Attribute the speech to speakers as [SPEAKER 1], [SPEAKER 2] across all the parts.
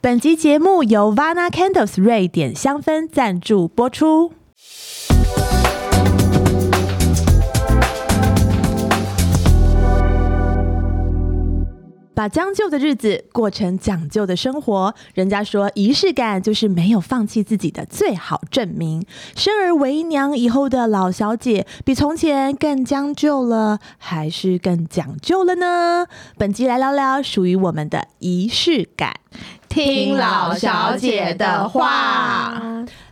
[SPEAKER 1] 本集节目由 Vana Candles 瑞典香氛赞助播出。把将就的日子过成讲究的生活。人家说，仪式感就是没有放弃自己的最好证明。生而为娘以后的老小姐，比从前更将就了，还是更讲究了呢？本集来聊聊属于我们的仪式感。
[SPEAKER 2] 听老小姐的话。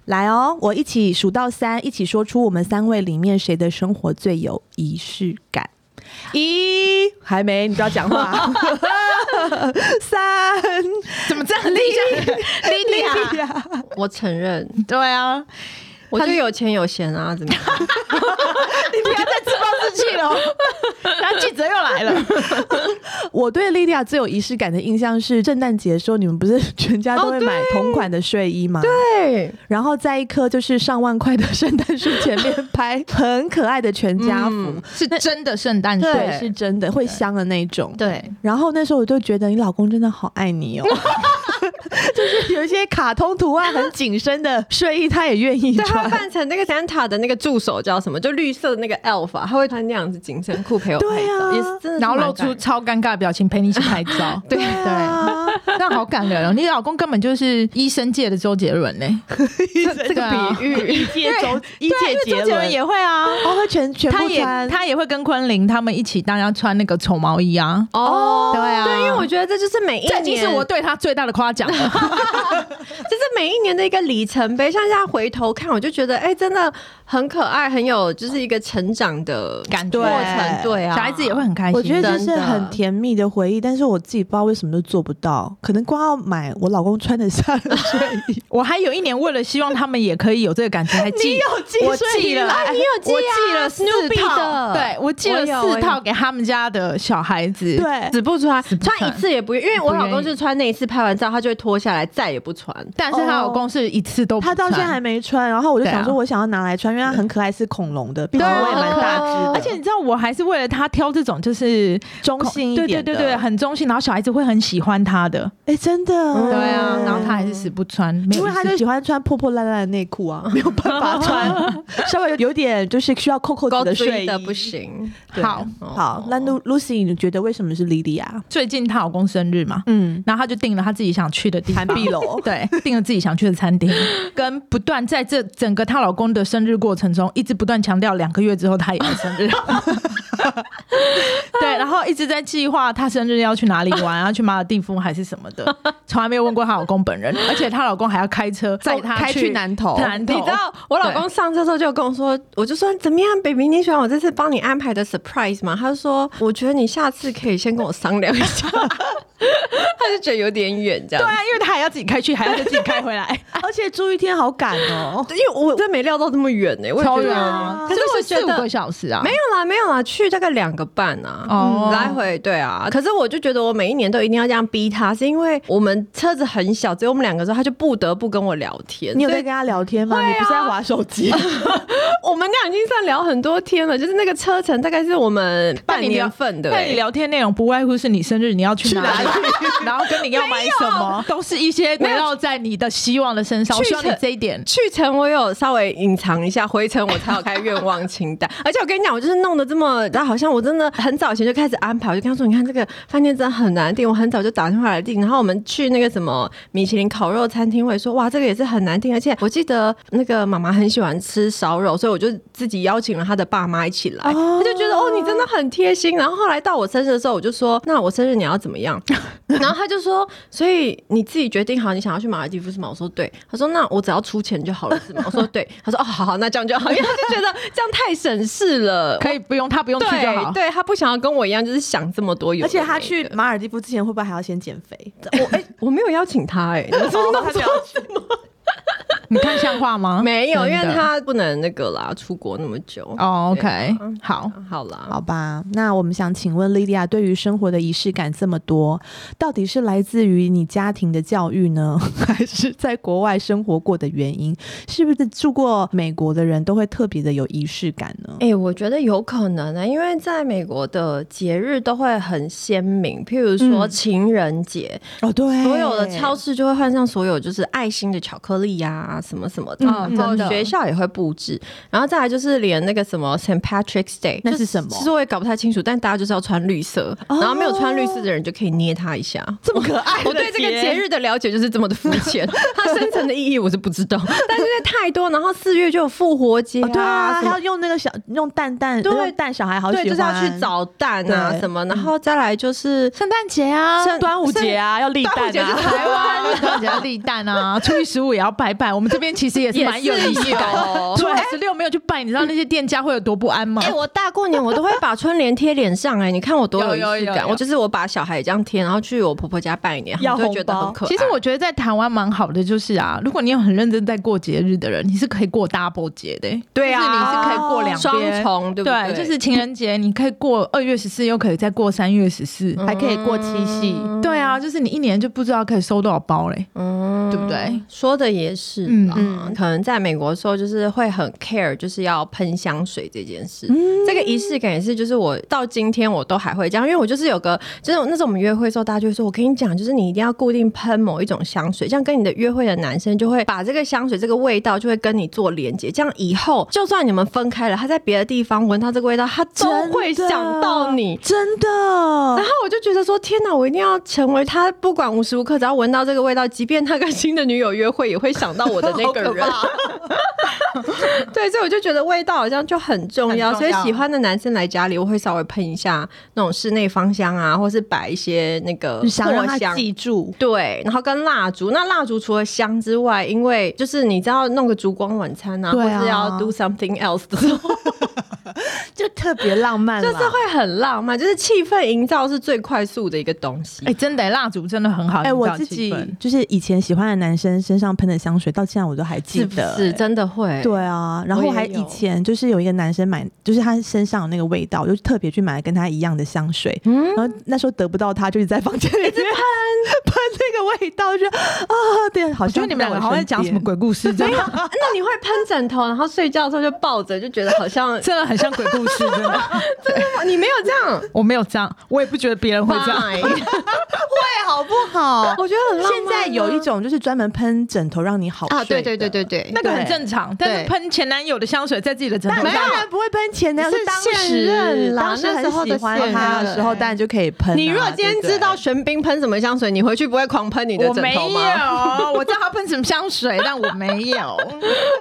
[SPEAKER 1] 来哦，我一起数到三，一起说出我们三位里面谁的生活最有仪式感。一还没，你不要讲话。 三，
[SPEAKER 2] 怎么这样？莉莉莉莉亚，
[SPEAKER 3] 啊我承认，
[SPEAKER 2] 对啊，
[SPEAKER 3] 我就有钱有闲啊， 怎么样？
[SPEAKER 2] 你不要再自暴自弃了。 然后记者又来了，
[SPEAKER 1] 我对莉莉亚最有仪式感的印象是圣诞节的时候，你们不是全家都会买同款的睡衣吗？
[SPEAKER 3] 对，
[SPEAKER 1] 然后在一棵就是上万块的圣诞树前面拍很可爱的全家福，
[SPEAKER 2] 嗯是真的圣诞树，
[SPEAKER 1] 对，是真的会香的那种。
[SPEAKER 2] 对，
[SPEAKER 1] 然后那时候我就觉得你老公真的好爱你 哦，就是有一些卡通图案很紧身的睡衣，他也愿意
[SPEAKER 3] 对他
[SPEAKER 1] 穿。
[SPEAKER 3] 扮成那个 Santa 的那个助手叫什么？就绿色的那个 Alpha，他会穿那样子紧身裤陪我拍
[SPEAKER 1] 对啊
[SPEAKER 3] 照，也是真的是蛮感人。
[SPEAKER 2] 然后露出超尴尬的表情，陪你一起拍 照。对对，
[SPEAKER 1] 啊，
[SPEAKER 2] 那好感人哦！你老公根本就是医生界的周杰伦欸嘞，
[SPEAKER 3] 这
[SPEAKER 2] 对啊
[SPEAKER 3] 个比 喻，
[SPEAKER 1] 一届周一
[SPEAKER 2] 对啊
[SPEAKER 1] 届
[SPEAKER 2] 因为
[SPEAKER 1] 杰
[SPEAKER 2] 周杰伦
[SPEAKER 1] 伦，
[SPEAKER 2] 也会啊。
[SPEAKER 1] 哦，他全全
[SPEAKER 2] 他
[SPEAKER 1] 部
[SPEAKER 2] 也
[SPEAKER 1] 穿，
[SPEAKER 2] 他也会跟昆凌他们一起，大家穿那个丑毛衣啊。
[SPEAKER 3] 哦，
[SPEAKER 2] 对啊
[SPEAKER 3] 对，因为我觉得这就是每一
[SPEAKER 2] 这
[SPEAKER 3] 年，
[SPEAKER 2] 已经是我对他最大的夸奖了。
[SPEAKER 3] 这是每一年的一个里程碑。像现在回头看，我就觉得，哎、真的很可爱，很有就是一个成长的
[SPEAKER 2] 感觉
[SPEAKER 3] 过程。对啊，
[SPEAKER 2] 小孩子也会很开心。，
[SPEAKER 1] 我觉得这是
[SPEAKER 3] 真的
[SPEAKER 1] 很甜蜜的回忆，但是我自己不知道为什么都做不到，可能光要买我老公穿得下的睡衣
[SPEAKER 2] 我还有一年为了希望他们也可以有这个感觉，还寄
[SPEAKER 1] 寄
[SPEAKER 2] 我
[SPEAKER 1] 睡
[SPEAKER 2] 寄
[SPEAKER 1] 衣
[SPEAKER 2] 了，
[SPEAKER 1] 来
[SPEAKER 3] 你有寄啊
[SPEAKER 2] 我寄了四
[SPEAKER 3] Snoopy
[SPEAKER 2] 套，
[SPEAKER 3] 的
[SPEAKER 2] 对我寄了
[SPEAKER 3] 我有我
[SPEAKER 2] 四
[SPEAKER 3] 有
[SPEAKER 2] 套给他们家的小孩子。
[SPEAKER 1] 对
[SPEAKER 3] 死不穿，
[SPEAKER 2] 不穿
[SPEAKER 3] 穿一次也不愿，因为我
[SPEAKER 2] 不愿
[SPEAKER 3] 老
[SPEAKER 2] 意
[SPEAKER 3] 公就是穿那一次拍完照，他就会脱下来，再也不穿。
[SPEAKER 2] 但是她老公是一次都
[SPEAKER 1] 哦
[SPEAKER 2] 不
[SPEAKER 1] 他到现在还
[SPEAKER 2] 穿
[SPEAKER 1] 没穿，然后我就
[SPEAKER 2] 对啊
[SPEAKER 1] 想说，我想要拿来穿，因为它很可爱，是恐龙的，毕竟
[SPEAKER 2] 对啊
[SPEAKER 1] 我也蛮大只
[SPEAKER 3] 哦
[SPEAKER 1] 的，
[SPEAKER 2] 而且你知道，我还是为了他挑这种就是
[SPEAKER 1] 中性一
[SPEAKER 2] 对
[SPEAKER 1] 点
[SPEAKER 2] 对
[SPEAKER 1] 的，
[SPEAKER 2] 对对，很中性，然后小孩子会很喜欢他的，
[SPEAKER 1] 哎，真的，
[SPEAKER 2] 对啊，然后他还是死不穿，没有
[SPEAKER 1] 因为他
[SPEAKER 2] 意思
[SPEAKER 1] 就喜欢穿破破烂烂的内裤啊，没有办法穿，稍微有点就是需要扣扣子
[SPEAKER 3] 高
[SPEAKER 1] 的睡
[SPEAKER 3] 追
[SPEAKER 1] 衣
[SPEAKER 3] 的不。行。
[SPEAKER 2] 好。
[SPEAKER 3] 哦
[SPEAKER 1] 好，那 Lu Lucy，你觉得为什么是莉莉亚？
[SPEAKER 2] 最近她老公生日嘛，
[SPEAKER 1] 嗯，
[SPEAKER 2] 然后他就定了他自己想去的地方，
[SPEAKER 1] 韩碧楼
[SPEAKER 2] 对，定了自己想去的餐厅，跟不断在这整个她老公的生日过程中，一直不断强调两个月之后他也要生 日，对，然后一直在计划他生日要去哪里玩，要去马尔蒂夫还是什么的，从来没有问过她老公本人，而且她老公还要哦开车载她
[SPEAKER 1] 开去南投
[SPEAKER 2] 南投，
[SPEAKER 3] 你知道我老公上车的时候就跟我说，我就说怎么样，baby，你喜欢我这次帮你安排的 surprise 吗？他就说，我觉得你下次可以先跟我商量一下， 他就觉得有点远这样
[SPEAKER 2] 对。啊，因为他还要自己开去，还要再自己开回来，
[SPEAKER 1] 而且朱一天好赶哦，
[SPEAKER 3] 因为我真没料到这么远呢、我也觉
[SPEAKER 2] 超
[SPEAKER 3] 得
[SPEAKER 2] 远啊，
[SPEAKER 3] 可是我
[SPEAKER 2] 这
[SPEAKER 3] 觉
[SPEAKER 2] 是四五
[SPEAKER 3] 得
[SPEAKER 2] 个小时啊，
[SPEAKER 3] 没有啦，没有啦，去大概两个半啊，
[SPEAKER 2] 哦
[SPEAKER 3] 来回对啊。可是我就觉得我每一年都一定要这样逼他，是因为我们车子很小，只有我们两个之后，他就不得不跟我聊天。
[SPEAKER 1] 你有
[SPEAKER 3] 所
[SPEAKER 1] 在
[SPEAKER 3] 以
[SPEAKER 1] 跟他聊天吗？你不是在划手机？
[SPEAKER 3] 我们俩已经算聊很多天了，就是那个车程大概是我们半年份的、
[SPEAKER 2] 那你
[SPEAKER 3] 欸。
[SPEAKER 2] 聊天内容不外乎是你生日你要去哪里， 然后跟你要买什么，都是一些围绕在你的希望的身上。我
[SPEAKER 3] 去
[SPEAKER 2] 希望你
[SPEAKER 3] 成
[SPEAKER 2] 这一点，
[SPEAKER 3] 去程我有稍微隐藏一下，回程我才有开愿望清单。而且我跟你讲，我就是弄得这么，然后好像我真的很早以前就开始安排。我就跟他说，你看这个饭店真的很难订，我很早就打电话来订。然后我们去那个什么米其林烤肉餐厅，我也说哇，这个也是很难订。而且我记得那个妈妈很喜欢吃烧肉，所以我就自己邀请了她的爸妈一起来。
[SPEAKER 1] 哦
[SPEAKER 3] 他就觉得哦，你真的很贴心。然后后来到我生日的时候，我就说，那我生日你要怎么样？ 然后他就说，所以你自己决定好你想要去马尔蒂夫是吗？我说对。他说那我只要出钱就好了是吗？我说对。他说哦，好好，那这样就好，因为他就觉得这样太省事了。
[SPEAKER 2] 可以不用他不用去就好
[SPEAKER 3] 对，。对他不想要跟我一样，就是想这么多有的
[SPEAKER 1] 而且他
[SPEAKER 3] 没
[SPEAKER 1] 去
[SPEAKER 3] 的
[SPEAKER 1] 马尔蒂夫之前会不会还要先减肥？
[SPEAKER 3] 我哎、我没有邀请他哎、你们是不是弄错
[SPEAKER 1] 他不要去
[SPEAKER 2] 你看像话吗？
[SPEAKER 3] 没有，因
[SPEAKER 2] 真的
[SPEAKER 3] 为他不能那个啦，出国那么久。
[SPEAKER 2] 哦
[SPEAKER 3] 对
[SPEAKER 2] ，OK，
[SPEAKER 3] 啊
[SPEAKER 2] 好，
[SPEAKER 3] 好啦，
[SPEAKER 1] 好吧，那我们想请问莉莉亚，对于生活的仪式感这么多，到底是来自于你家庭的教育呢， 还是在国外生活过的原因？是不是住过美国的人都会特别的有仪式感呢？
[SPEAKER 3] 哎、我觉得有可能呢、啊因为在美国的节日都会很鲜明，譬如说
[SPEAKER 1] 嗯
[SPEAKER 3] 情人节，
[SPEAKER 1] 哦，对
[SPEAKER 3] 所有的超市就会换上所有就是爱心的巧克力呀、什么什么的，
[SPEAKER 2] 嗯
[SPEAKER 3] 然后
[SPEAKER 2] 真的
[SPEAKER 3] 学校也会布置，然后再来就是连那个什么 St. Patrick's Day，
[SPEAKER 1] 那
[SPEAKER 3] 就是
[SPEAKER 1] 什么
[SPEAKER 3] 其实我也搞不太清楚，但大家就是要穿绿色，
[SPEAKER 1] 哦
[SPEAKER 3] 然后没有穿绿色的人就可以捏它一下。
[SPEAKER 1] 这么可爱 的
[SPEAKER 3] 我对这个节日的了解就是这么的肤浅， 它深层的意义我是不知道，但是因为太多，然后四月就有复活节
[SPEAKER 1] 哦，对啊，
[SPEAKER 3] 啊，什
[SPEAKER 1] 还
[SPEAKER 3] 么
[SPEAKER 1] 要用那个小用蛋蛋，
[SPEAKER 3] 对
[SPEAKER 1] 用蛋小孩好喜欢，
[SPEAKER 3] 对，就是要去找蛋啊
[SPEAKER 1] 对嗯
[SPEAKER 3] 什么，然后再来就是
[SPEAKER 2] 圣诞节啊
[SPEAKER 3] 圣
[SPEAKER 1] 端午节啊，要立蛋
[SPEAKER 3] 端
[SPEAKER 1] 啊，
[SPEAKER 3] 午节是台湾。
[SPEAKER 2] 端午节要立蛋 啊，初一十五也要拜拜。我们这边其实也是蛮有仪式感
[SPEAKER 3] 也是 有
[SPEAKER 2] 的。初二十六没有去拜，你知道那些店家会有多不安吗
[SPEAKER 3] 哎、？我大过年我都会把春联贴脸上哎、你看我多有
[SPEAKER 2] 有有
[SPEAKER 3] 仪式
[SPEAKER 2] 有
[SPEAKER 3] 感。
[SPEAKER 2] 有
[SPEAKER 3] 我就是我把小孩也这样贴，然后去我婆婆家拜年，
[SPEAKER 1] 要
[SPEAKER 3] 他们就会觉得
[SPEAKER 1] 红包
[SPEAKER 3] 很可爱。
[SPEAKER 2] 其实我觉得在台湾蛮好的，就是啊，如果你有很认真在过节日的人，你是可以过 double 节的、欸
[SPEAKER 3] 对啊
[SPEAKER 2] 就是你是可以过两
[SPEAKER 3] 哦双
[SPEAKER 2] 边
[SPEAKER 3] 重，对不对？
[SPEAKER 2] 就是情人节，你可以过二月十四，又可以再过三月十四、
[SPEAKER 3] 嗯
[SPEAKER 1] 还可以过七夕，
[SPEAKER 2] 对啊，就是你一年就不知道可以收多少包嘞，
[SPEAKER 3] 嗯
[SPEAKER 2] 对不对？
[SPEAKER 3] 说的也是
[SPEAKER 2] 嗯
[SPEAKER 3] 啦，可能在美国的时候就是会很 care，就是要喷香水这件事，
[SPEAKER 2] 嗯
[SPEAKER 3] 这个仪式感也是，就是我到今天我都还会这样，因为我就是有个，就是那时候我们约会的时候，大家就会说，我跟你讲，就是你一定要固定喷某一种香水，这样跟你的约会的男生就会把这个香水这个味道就会跟你做连接，这样以后就算你们分开了，他在别的地方闻到这个味道，他都会
[SPEAKER 1] 真的
[SPEAKER 3] 想到你。
[SPEAKER 1] 真的。
[SPEAKER 3] 然后我就觉得说，天哪！我一定要成为他，不管无时无刻只要闻到这个味道，即便他跟新的女友约会，也会想到我的那个人。对，所以我就觉得味道好像就很重要。
[SPEAKER 2] 很
[SPEAKER 3] 所
[SPEAKER 2] 重
[SPEAKER 3] 以
[SPEAKER 2] 要
[SPEAKER 3] 喜欢的男生来家里，我会稍微喷一下那种室内芳香啊，或是摆一些那个
[SPEAKER 1] 想让
[SPEAKER 3] 扩
[SPEAKER 1] 他
[SPEAKER 3] 香。
[SPEAKER 1] 记住，
[SPEAKER 3] 对，然后跟蜡烛，那蜡烛除了香之外，因为就是你知道弄个烛光晚餐啊，
[SPEAKER 1] 对啊
[SPEAKER 3] 或是要 do something else 的时候，
[SPEAKER 1] 就特别浪漫
[SPEAKER 3] 就
[SPEAKER 1] 啦，
[SPEAKER 3] 是会很浪漫，就是气氛营造是最快速的一个东西
[SPEAKER 2] 哎、。真的、蜡烛真的很好。
[SPEAKER 1] 哎、我自己就是以前喜欢的男生身上喷的香水，到现在我都还记
[SPEAKER 3] 是不
[SPEAKER 1] 得、
[SPEAKER 3] 是
[SPEAKER 1] 哎
[SPEAKER 3] 真的会？
[SPEAKER 1] 对啊，然后
[SPEAKER 3] 我也
[SPEAKER 1] 还
[SPEAKER 3] 有
[SPEAKER 1] 以前就是有一个男生买，就是他身上有那个味道，我就特别去买了跟他一样的香水。然后那时候得不到他，就是在房间里面喷 喷那个味道，就啊，对，好
[SPEAKER 2] 我觉
[SPEAKER 1] 像
[SPEAKER 2] 得你们两个好像在讲什么
[SPEAKER 1] 鬼？
[SPEAKER 2] 鬼故事，真 的
[SPEAKER 3] 哦那你会喷枕头，然后睡觉的时候就抱着，就觉得好像
[SPEAKER 2] 真的很像鬼故事，真的。
[SPEAKER 3] 你没有这 样。
[SPEAKER 2] 我没有这样，我也不觉得别人会这样。
[SPEAKER 3] Why？
[SPEAKER 1] 对，好不好？
[SPEAKER 3] 我觉得很浪漫、
[SPEAKER 1] 现在有一。种就是专门喷枕头让你好
[SPEAKER 4] 啊，
[SPEAKER 1] 睡
[SPEAKER 4] 对对
[SPEAKER 1] 的
[SPEAKER 4] 对对对，
[SPEAKER 2] 那个很正常，但是
[SPEAKER 4] 对
[SPEAKER 2] 喷前男友的香水在自己的枕头
[SPEAKER 1] 但
[SPEAKER 2] 上，
[SPEAKER 1] 当然不会喷前男友，
[SPEAKER 4] 是
[SPEAKER 1] 当
[SPEAKER 4] 现
[SPEAKER 1] 时
[SPEAKER 4] 任啦
[SPEAKER 1] 当时
[SPEAKER 4] 那时候
[SPEAKER 1] 很喜
[SPEAKER 4] 的
[SPEAKER 1] 欢
[SPEAKER 4] 现
[SPEAKER 1] 他的
[SPEAKER 4] 任
[SPEAKER 1] 时候，当然就可以喷啊、
[SPEAKER 3] 你如果今天
[SPEAKER 1] 对不对
[SPEAKER 3] 知道玄彬喷什么香水，你回去不会狂喷你的
[SPEAKER 2] 我
[SPEAKER 3] 枕
[SPEAKER 2] 没
[SPEAKER 3] 头吗
[SPEAKER 2] 有，我知道他喷什么香水，但我没有。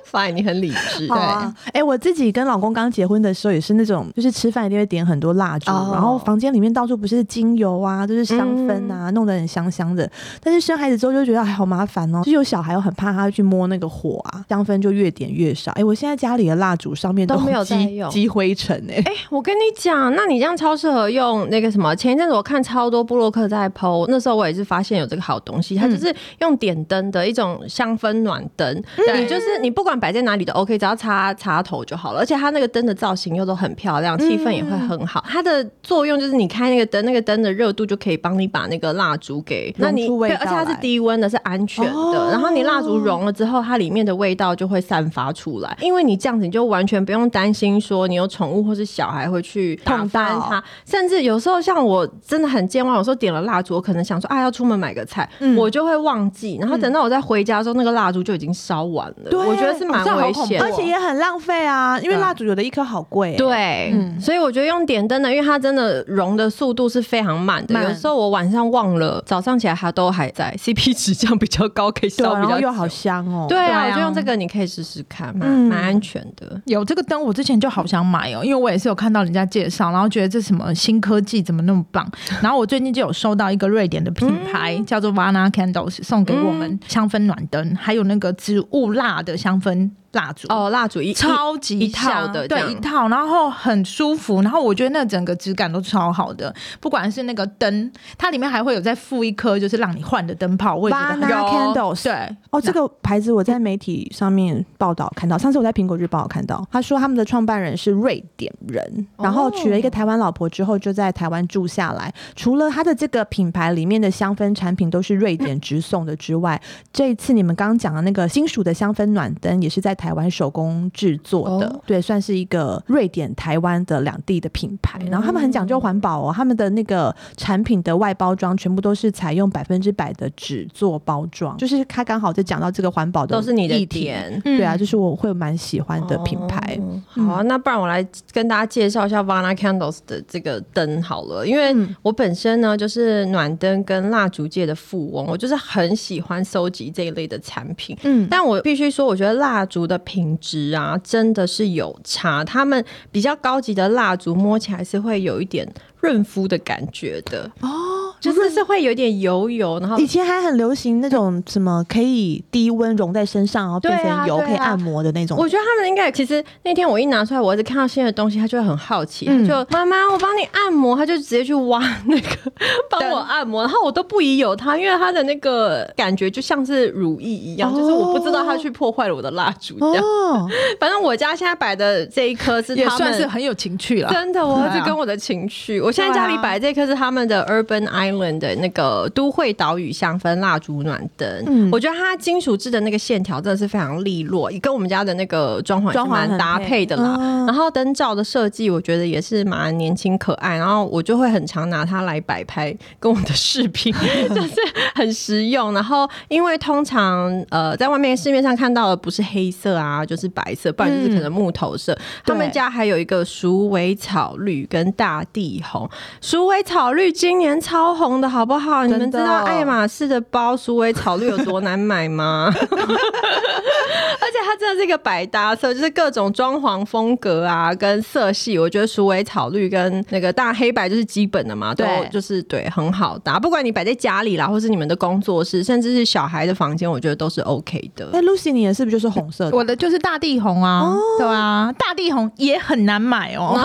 [SPEAKER 3] ？Fine，你很理智。
[SPEAKER 1] 好啊，哎、我自己跟老公刚结婚的时候也是那种，就是吃饭一定会点很多蜡烛，
[SPEAKER 3] 哦嗯
[SPEAKER 1] 然后房间里面到处不是精油啊，就是香氛啊，弄得很香香的。但是生孩子之后就觉得还好麻烦哦，就是有小孩，我很怕他去摸那个火啊，香氛就越点越少。哎、我现在家里的蜡烛上面
[SPEAKER 3] 都没有在
[SPEAKER 1] 积
[SPEAKER 3] 用
[SPEAKER 1] 积灰尘哎、
[SPEAKER 3] 哎、我跟你讲，那你这样超适合用那个什么。前一阵子我看超多布洛克在 PO，那时候我也是发现有这个好东西，它就是用点灯的一种香氛暖灯。
[SPEAKER 1] 嗯
[SPEAKER 3] 你就是你不管摆在哪里都 OK，只要插插头就好了。而且它那个灯的造型又都很漂亮，气氛也会很
[SPEAKER 1] 嗯
[SPEAKER 3] 好。它的作用就是你开那个灯，那个灯的热度就可以帮你把那个蜡烛给
[SPEAKER 1] 融
[SPEAKER 3] 那你
[SPEAKER 1] 出味
[SPEAKER 3] 对，而且它
[SPEAKER 1] 道
[SPEAKER 3] 是
[SPEAKER 1] 来
[SPEAKER 3] 低温的，是安全的。
[SPEAKER 1] 哦
[SPEAKER 3] 然后你蜡烛融了之后，它里面的味道就会散发出来，因为你这样子你就完全不用担心说你有宠物或是小孩会去
[SPEAKER 1] 碰
[SPEAKER 3] 碰翻
[SPEAKER 1] 到
[SPEAKER 3] 它，甚至有时候像我真的很健忘，有时候点了蜡烛，我可能想说啊要出门买个菜，
[SPEAKER 1] 嗯
[SPEAKER 3] 我就会忘记，然后等到我再回家的时候，那个蜡烛就已经烧完了，
[SPEAKER 1] 对
[SPEAKER 3] 我觉得是蛮
[SPEAKER 2] 哦这样好
[SPEAKER 3] 危
[SPEAKER 2] 恐
[SPEAKER 3] 险
[SPEAKER 2] 怖
[SPEAKER 3] 的
[SPEAKER 1] 而。且也很浪费啊，因为
[SPEAKER 3] 对
[SPEAKER 1] 蜡烛有的一颗好贵、欸。
[SPEAKER 3] 对，所以我觉得用点灯的，因为它真的融的速度是非常慢的。
[SPEAKER 1] 慢
[SPEAKER 3] 有时候我晚上忘了，早上起来它都还在，CP 值这样比较高，可以
[SPEAKER 1] 对
[SPEAKER 3] 烧
[SPEAKER 1] 啊，
[SPEAKER 3] 比
[SPEAKER 1] 然后
[SPEAKER 3] 较
[SPEAKER 1] 又
[SPEAKER 3] 久。
[SPEAKER 1] 好香哦。
[SPEAKER 3] 对啊，
[SPEAKER 2] 对啊
[SPEAKER 3] 我就用这个，你可以试试看，蛮
[SPEAKER 1] 嗯
[SPEAKER 3] 蛮安全的。
[SPEAKER 2] 有这个灯，我之前就好想买哦，因为我也是有看到人家介绍，然后觉得这什么新科技怎么那么棒。然后我最近就有收到一个瑞典的品牌、叫嗯做 Vana Candles 送给我们香氛暖灯，还有那个植物蜡的香氛。蜡烛，
[SPEAKER 3] 哦，蜡烛一
[SPEAKER 2] 超级
[SPEAKER 3] 一套
[SPEAKER 2] 香
[SPEAKER 3] 的这
[SPEAKER 2] 对
[SPEAKER 3] 样
[SPEAKER 2] 一套，然后很舒服，然后我觉得那整个质感都超好的，不管是那个灯，它里面还会有再附一颗就是让你换的灯泡，我也觉得
[SPEAKER 1] Bana
[SPEAKER 2] 很
[SPEAKER 1] Candles
[SPEAKER 2] 对
[SPEAKER 1] 哦，这个牌子我在媒体上面报道看到，上次我在苹果日报看到，他说他们的创办人是瑞典人，然后娶了一个台湾老婆之后就在台湾住下来。除了他的这个品牌里面的香氛产品都是瑞典直送的之外，这一次你们刚刚讲的那个金属的香氛暖灯也是在台湾手工制作的，
[SPEAKER 3] 哦
[SPEAKER 1] 对，算是一个瑞典、台湾的两地的品牌。然后他们很讲究环保哦，他们的那个产品的外包装全部都是采用百分之百的纸做包装，就是他刚好在讲到这个环保的
[SPEAKER 3] 都是你的
[SPEAKER 1] 议题。
[SPEAKER 3] 点。
[SPEAKER 2] 嗯
[SPEAKER 1] 对啊，就是我会蛮喜欢的品牌。
[SPEAKER 3] 哦好啊，那不然我来跟大家介绍一下 Vana Candles 的这个灯好了，因为我本身呢就是暖灯跟蜡烛界的富翁，我就是很喜欢收集这一类的产品。
[SPEAKER 1] 嗯，
[SPEAKER 3] 但我必须说，我觉得蜡烛的品质啊，真的是有差。他们比较高级的蜡烛摸起来是会有一点润肤的感觉的哦，就是是会有点油油，然后
[SPEAKER 1] 哦以前还很流行那种什么可以低温融在身上，然后变
[SPEAKER 3] 对啊
[SPEAKER 1] 成油
[SPEAKER 3] 对啊
[SPEAKER 1] 可以按摩的
[SPEAKER 2] 哦
[SPEAKER 1] 那种。
[SPEAKER 3] 我觉得他们应该，其实那天我一拿出来，我儿子看到新的东西，他就会很好奇，
[SPEAKER 1] 嗯
[SPEAKER 3] 他就妈妈，我帮你按摩，他就直接去挖那个帮我按摩，然后我都不疑有他，因为他的那个感觉就像是乳液一样，
[SPEAKER 1] 哦
[SPEAKER 3] 就是我不知道他去破坏了我的蜡烛这样。
[SPEAKER 1] 哦，
[SPEAKER 3] 反正我家现在摆的这一颗是
[SPEAKER 2] 也
[SPEAKER 3] 他
[SPEAKER 2] 算
[SPEAKER 3] 们
[SPEAKER 2] 是很有情趣了。
[SPEAKER 3] 真的，我儿
[SPEAKER 2] 对
[SPEAKER 3] 子
[SPEAKER 2] 啊
[SPEAKER 3] 跟我的情绪。我现在家里摆这颗是他们的 Urban Island 的那个都会岛屿香氛蜡烛暖灯。
[SPEAKER 1] 嗯
[SPEAKER 3] 我觉得它金属制的那个线条真的是非常利落，跟我们家的那个装潢也是
[SPEAKER 1] 装潢
[SPEAKER 3] 蛮
[SPEAKER 1] 很
[SPEAKER 3] 搭
[SPEAKER 1] 配
[SPEAKER 3] 配的啦。
[SPEAKER 1] 嗯
[SPEAKER 3] 然后灯罩的设计，我觉得也是蛮年轻可爱。然后我就会很常拿它来摆拍跟我的视频， 就是很实用。然后因为通常呃在外面市面上看到的不是黑色啊，就是白色，不然就是可能木头色。他们
[SPEAKER 1] 嗯对
[SPEAKER 3] 家还有一个鼠尾草绿跟大地红。鼠尾草绿今年超红的好不好？你们
[SPEAKER 1] 真
[SPEAKER 3] 知
[SPEAKER 1] 的哦
[SPEAKER 3] 道爱马仕的包鼠尾草绿有多难买吗？ 而且它真的是一个百搭色，就是各种装潢风格啊，跟色系，我觉得鼠尾草绿跟那个大黑白就是基本的嘛，都
[SPEAKER 1] 对
[SPEAKER 3] 就是对很好搭。不管你摆在家里啦，或是你们的工作室，甚至是小孩的房间，我觉得都是 OK 的。
[SPEAKER 1] 哎，Lucy，你的是不是就是红色的？
[SPEAKER 2] 我的就是大地红啊，对啊，大地红也很难买 哦。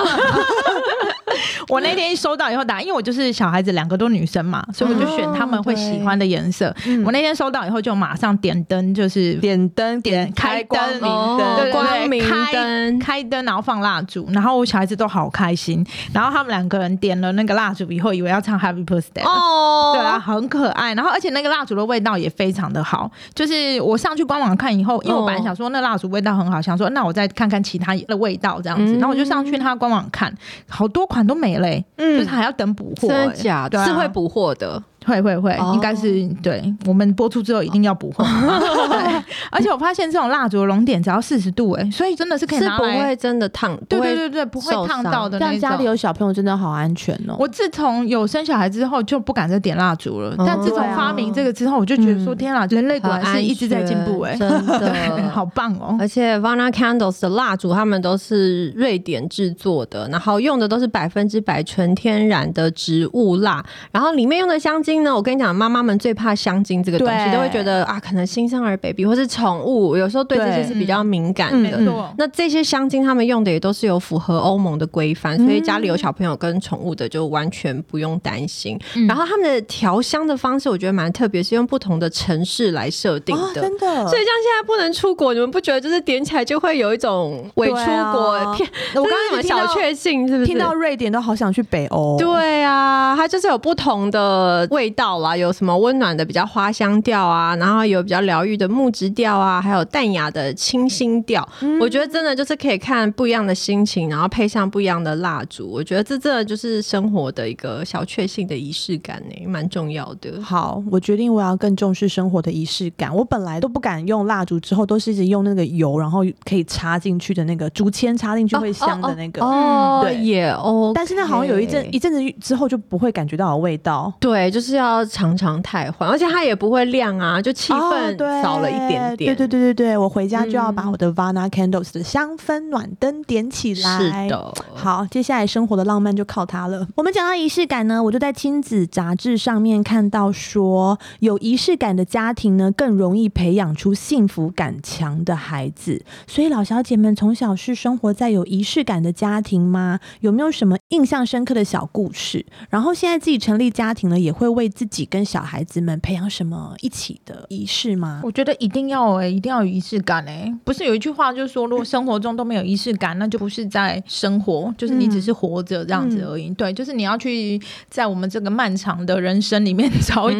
[SPEAKER 2] 我那天一收到以后打，因为我就是小孩子两个都女生嘛，所以我就选他们会喜欢的颜色。我那天收到以后就马上点灯，就是
[SPEAKER 1] 点灯，
[SPEAKER 2] 点开灯
[SPEAKER 1] 光明
[SPEAKER 3] 哦
[SPEAKER 1] 灯，
[SPEAKER 2] 对对对
[SPEAKER 3] 光明
[SPEAKER 2] 开
[SPEAKER 3] 灯
[SPEAKER 2] 开灯，然后放蜡烛，然后我小孩子都好开心。然后他们两个人点了那个蜡烛以后，以为要唱 Happy Birthday 了。
[SPEAKER 3] 哦
[SPEAKER 2] 对啊，，很可爱。然后，而且那个蜡烛的味道也非常的好。就是我上去官网看以后，因为我
[SPEAKER 3] 哦
[SPEAKER 2] 本来想说那蜡烛味道很好，想说那我再看看其他的味道这样子。
[SPEAKER 3] 嗯
[SPEAKER 2] 然后我就上去他官网看，好多款都没嘞、
[SPEAKER 1] 嗯
[SPEAKER 2] 就是还要等补货、
[SPEAKER 3] 真的
[SPEAKER 2] 欸
[SPEAKER 3] 假
[SPEAKER 2] 对
[SPEAKER 3] 的？
[SPEAKER 2] 啊
[SPEAKER 3] 是会补货的。
[SPEAKER 2] 会会会，
[SPEAKER 3] 哦
[SPEAKER 2] 应该是对。我们播出之后一定要补 货。对，而且我发现这种蜡烛的熔点只要四十度哎、所以真的是可以
[SPEAKER 3] 是
[SPEAKER 2] 拿
[SPEAKER 3] 不
[SPEAKER 2] 来。
[SPEAKER 3] 会真的烫，
[SPEAKER 2] 对
[SPEAKER 3] 不
[SPEAKER 2] 对
[SPEAKER 3] 会
[SPEAKER 2] 对对，不会
[SPEAKER 3] 受
[SPEAKER 2] 烫
[SPEAKER 3] 伤
[SPEAKER 2] 到的那
[SPEAKER 1] 让
[SPEAKER 2] 种。
[SPEAKER 1] 家里有小朋友真的好安全哦。
[SPEAKER 2] 我自从有生小孩之后就不敢再点蜡烛了，
[SPEAKER 3] 哦
[SPEAKER 2] 但自从
[SPEAKER 1] 对啊
[SPEAKER 2] 发明这个之后，我就觉得说
[SPEAKER 1] 嗯
[SPEAKER 2] 天啊，人类果然
[SPEAKER 3] 很安
[SPEAKER 2] 是一直在进步哎、
[SPEAKER 3] 全真 的
[SPEAKER 2] 好棒哦！
[SPEAKER 3] 而且 Vana Candles 的蜡烛，他们都是瑞典制作的，然后用的都是百分之百纯天然的植物蜡，然后里面用的香精呢，我跟你讲，妈妈们最怕香精这个东西，
[SPEAKER 1] 对
[SPEAKER 3] 都会觉得啊，可能新生儿 baby 或是宠物，有时候对这些
[SPEAKER 1] 对
[SPEAKER 3] 是比较敏感
[SPEAKER 1] 嗯
[SPEAKER 3] 的。
[SPEAKER 1] 嗯
[SPEAKER 2] 错
[SPEAKER 3] 那这些香精，他们用的也都是有符合欧盟的规范，
[SPEAKER 1] 嗯
[SPEAKER 3] 所以家里有小朋友跟宠物的就完全不用担心。
[SPEAKER 2] 嗯
[SPEAKER 3] 然后他们的调香的方式，我觉得蛮特别，是用不同的城市来设定
[SPEAKER 1] 哦，
[SPEAKER 3] 的。
[SPEAKER 1] 真的，
[SPEAKER 3] 所以像现在不能出国，你们不觉得就是点起来就会有一种伪出
[SPEAKER 1] 对啊
[SPEAKER 3] 国骗？
[SPEAKER 1] 我刚
[SPEAKER 3] 这
[SPEAKER 1] 刚有
[SPEAKER 3] 是什么小确幸是不是？
[SPEAKER 1] 听到瑞典都好想去北欧，，
[SPEAKER 3] 对啊，它就是有不同的味道啦，有什么温暖的比较花香调啊，然后有比较疗愈的木质调啊，还有淡雅的清新调。我觉得真的就是可以看不一样的心情，然后配上不一样的蜡烛，我觉得这真的就是生活的一个小确幸的仪式感呢、蛮重要的。
[SPEAKER 1] 好，我决定我要更重视生活的仪式感。我本来都不敢用蜡烛，之后都是一直用那个油，然后可以插进去的那个竹签插进去会香的那个。
[SPEAKER 3] 哦，
[SPEAKER 1] 对
[SPEAKER 3] 也哦，
[SPEAKER 1] 但是那好像有一阵一阵子之后就不会感觉到有味道。
[SPEAKER 3] 对，就是要常常汰换，而且它也不会亮啊，就气
[SPEAKER 1] 哦对
[SPEAKER 3] 氛少了一点点。嗯
[SPEAKER 1] 对对对对对，我回家就要把我的 Vana Candles 的香氛暖灯点起来。
[SPEAKER 3] 是的
[SPEAKER 1] 好，接下来生活的浪漫就靠它了。我们讲到仪式感呢，我就在亲子杂志上面看到说，有仪式感的家庭呢，更容易培养出幸福感强的孩子。所以老小姐们从小是生活在有仪式感的家庭吗？有没有什么印象深刻的小故事？然后现在自己成立家庭了，也会为自己跟小孩子们培养什么一起的仪式吗？
[SPEAKER 2] 我觉得一定要哎、一定要有仪式感哎、不是有一句话就是说，如果生活中都没有仪式感，那就不是在生活，就是你只是活着
[SPEAKER 3] 嗯
[SPEAKER 2] 这样子而已。对，就是你要去在我们这个漫长的人生里面找一
[SPEAKER 3] 嗯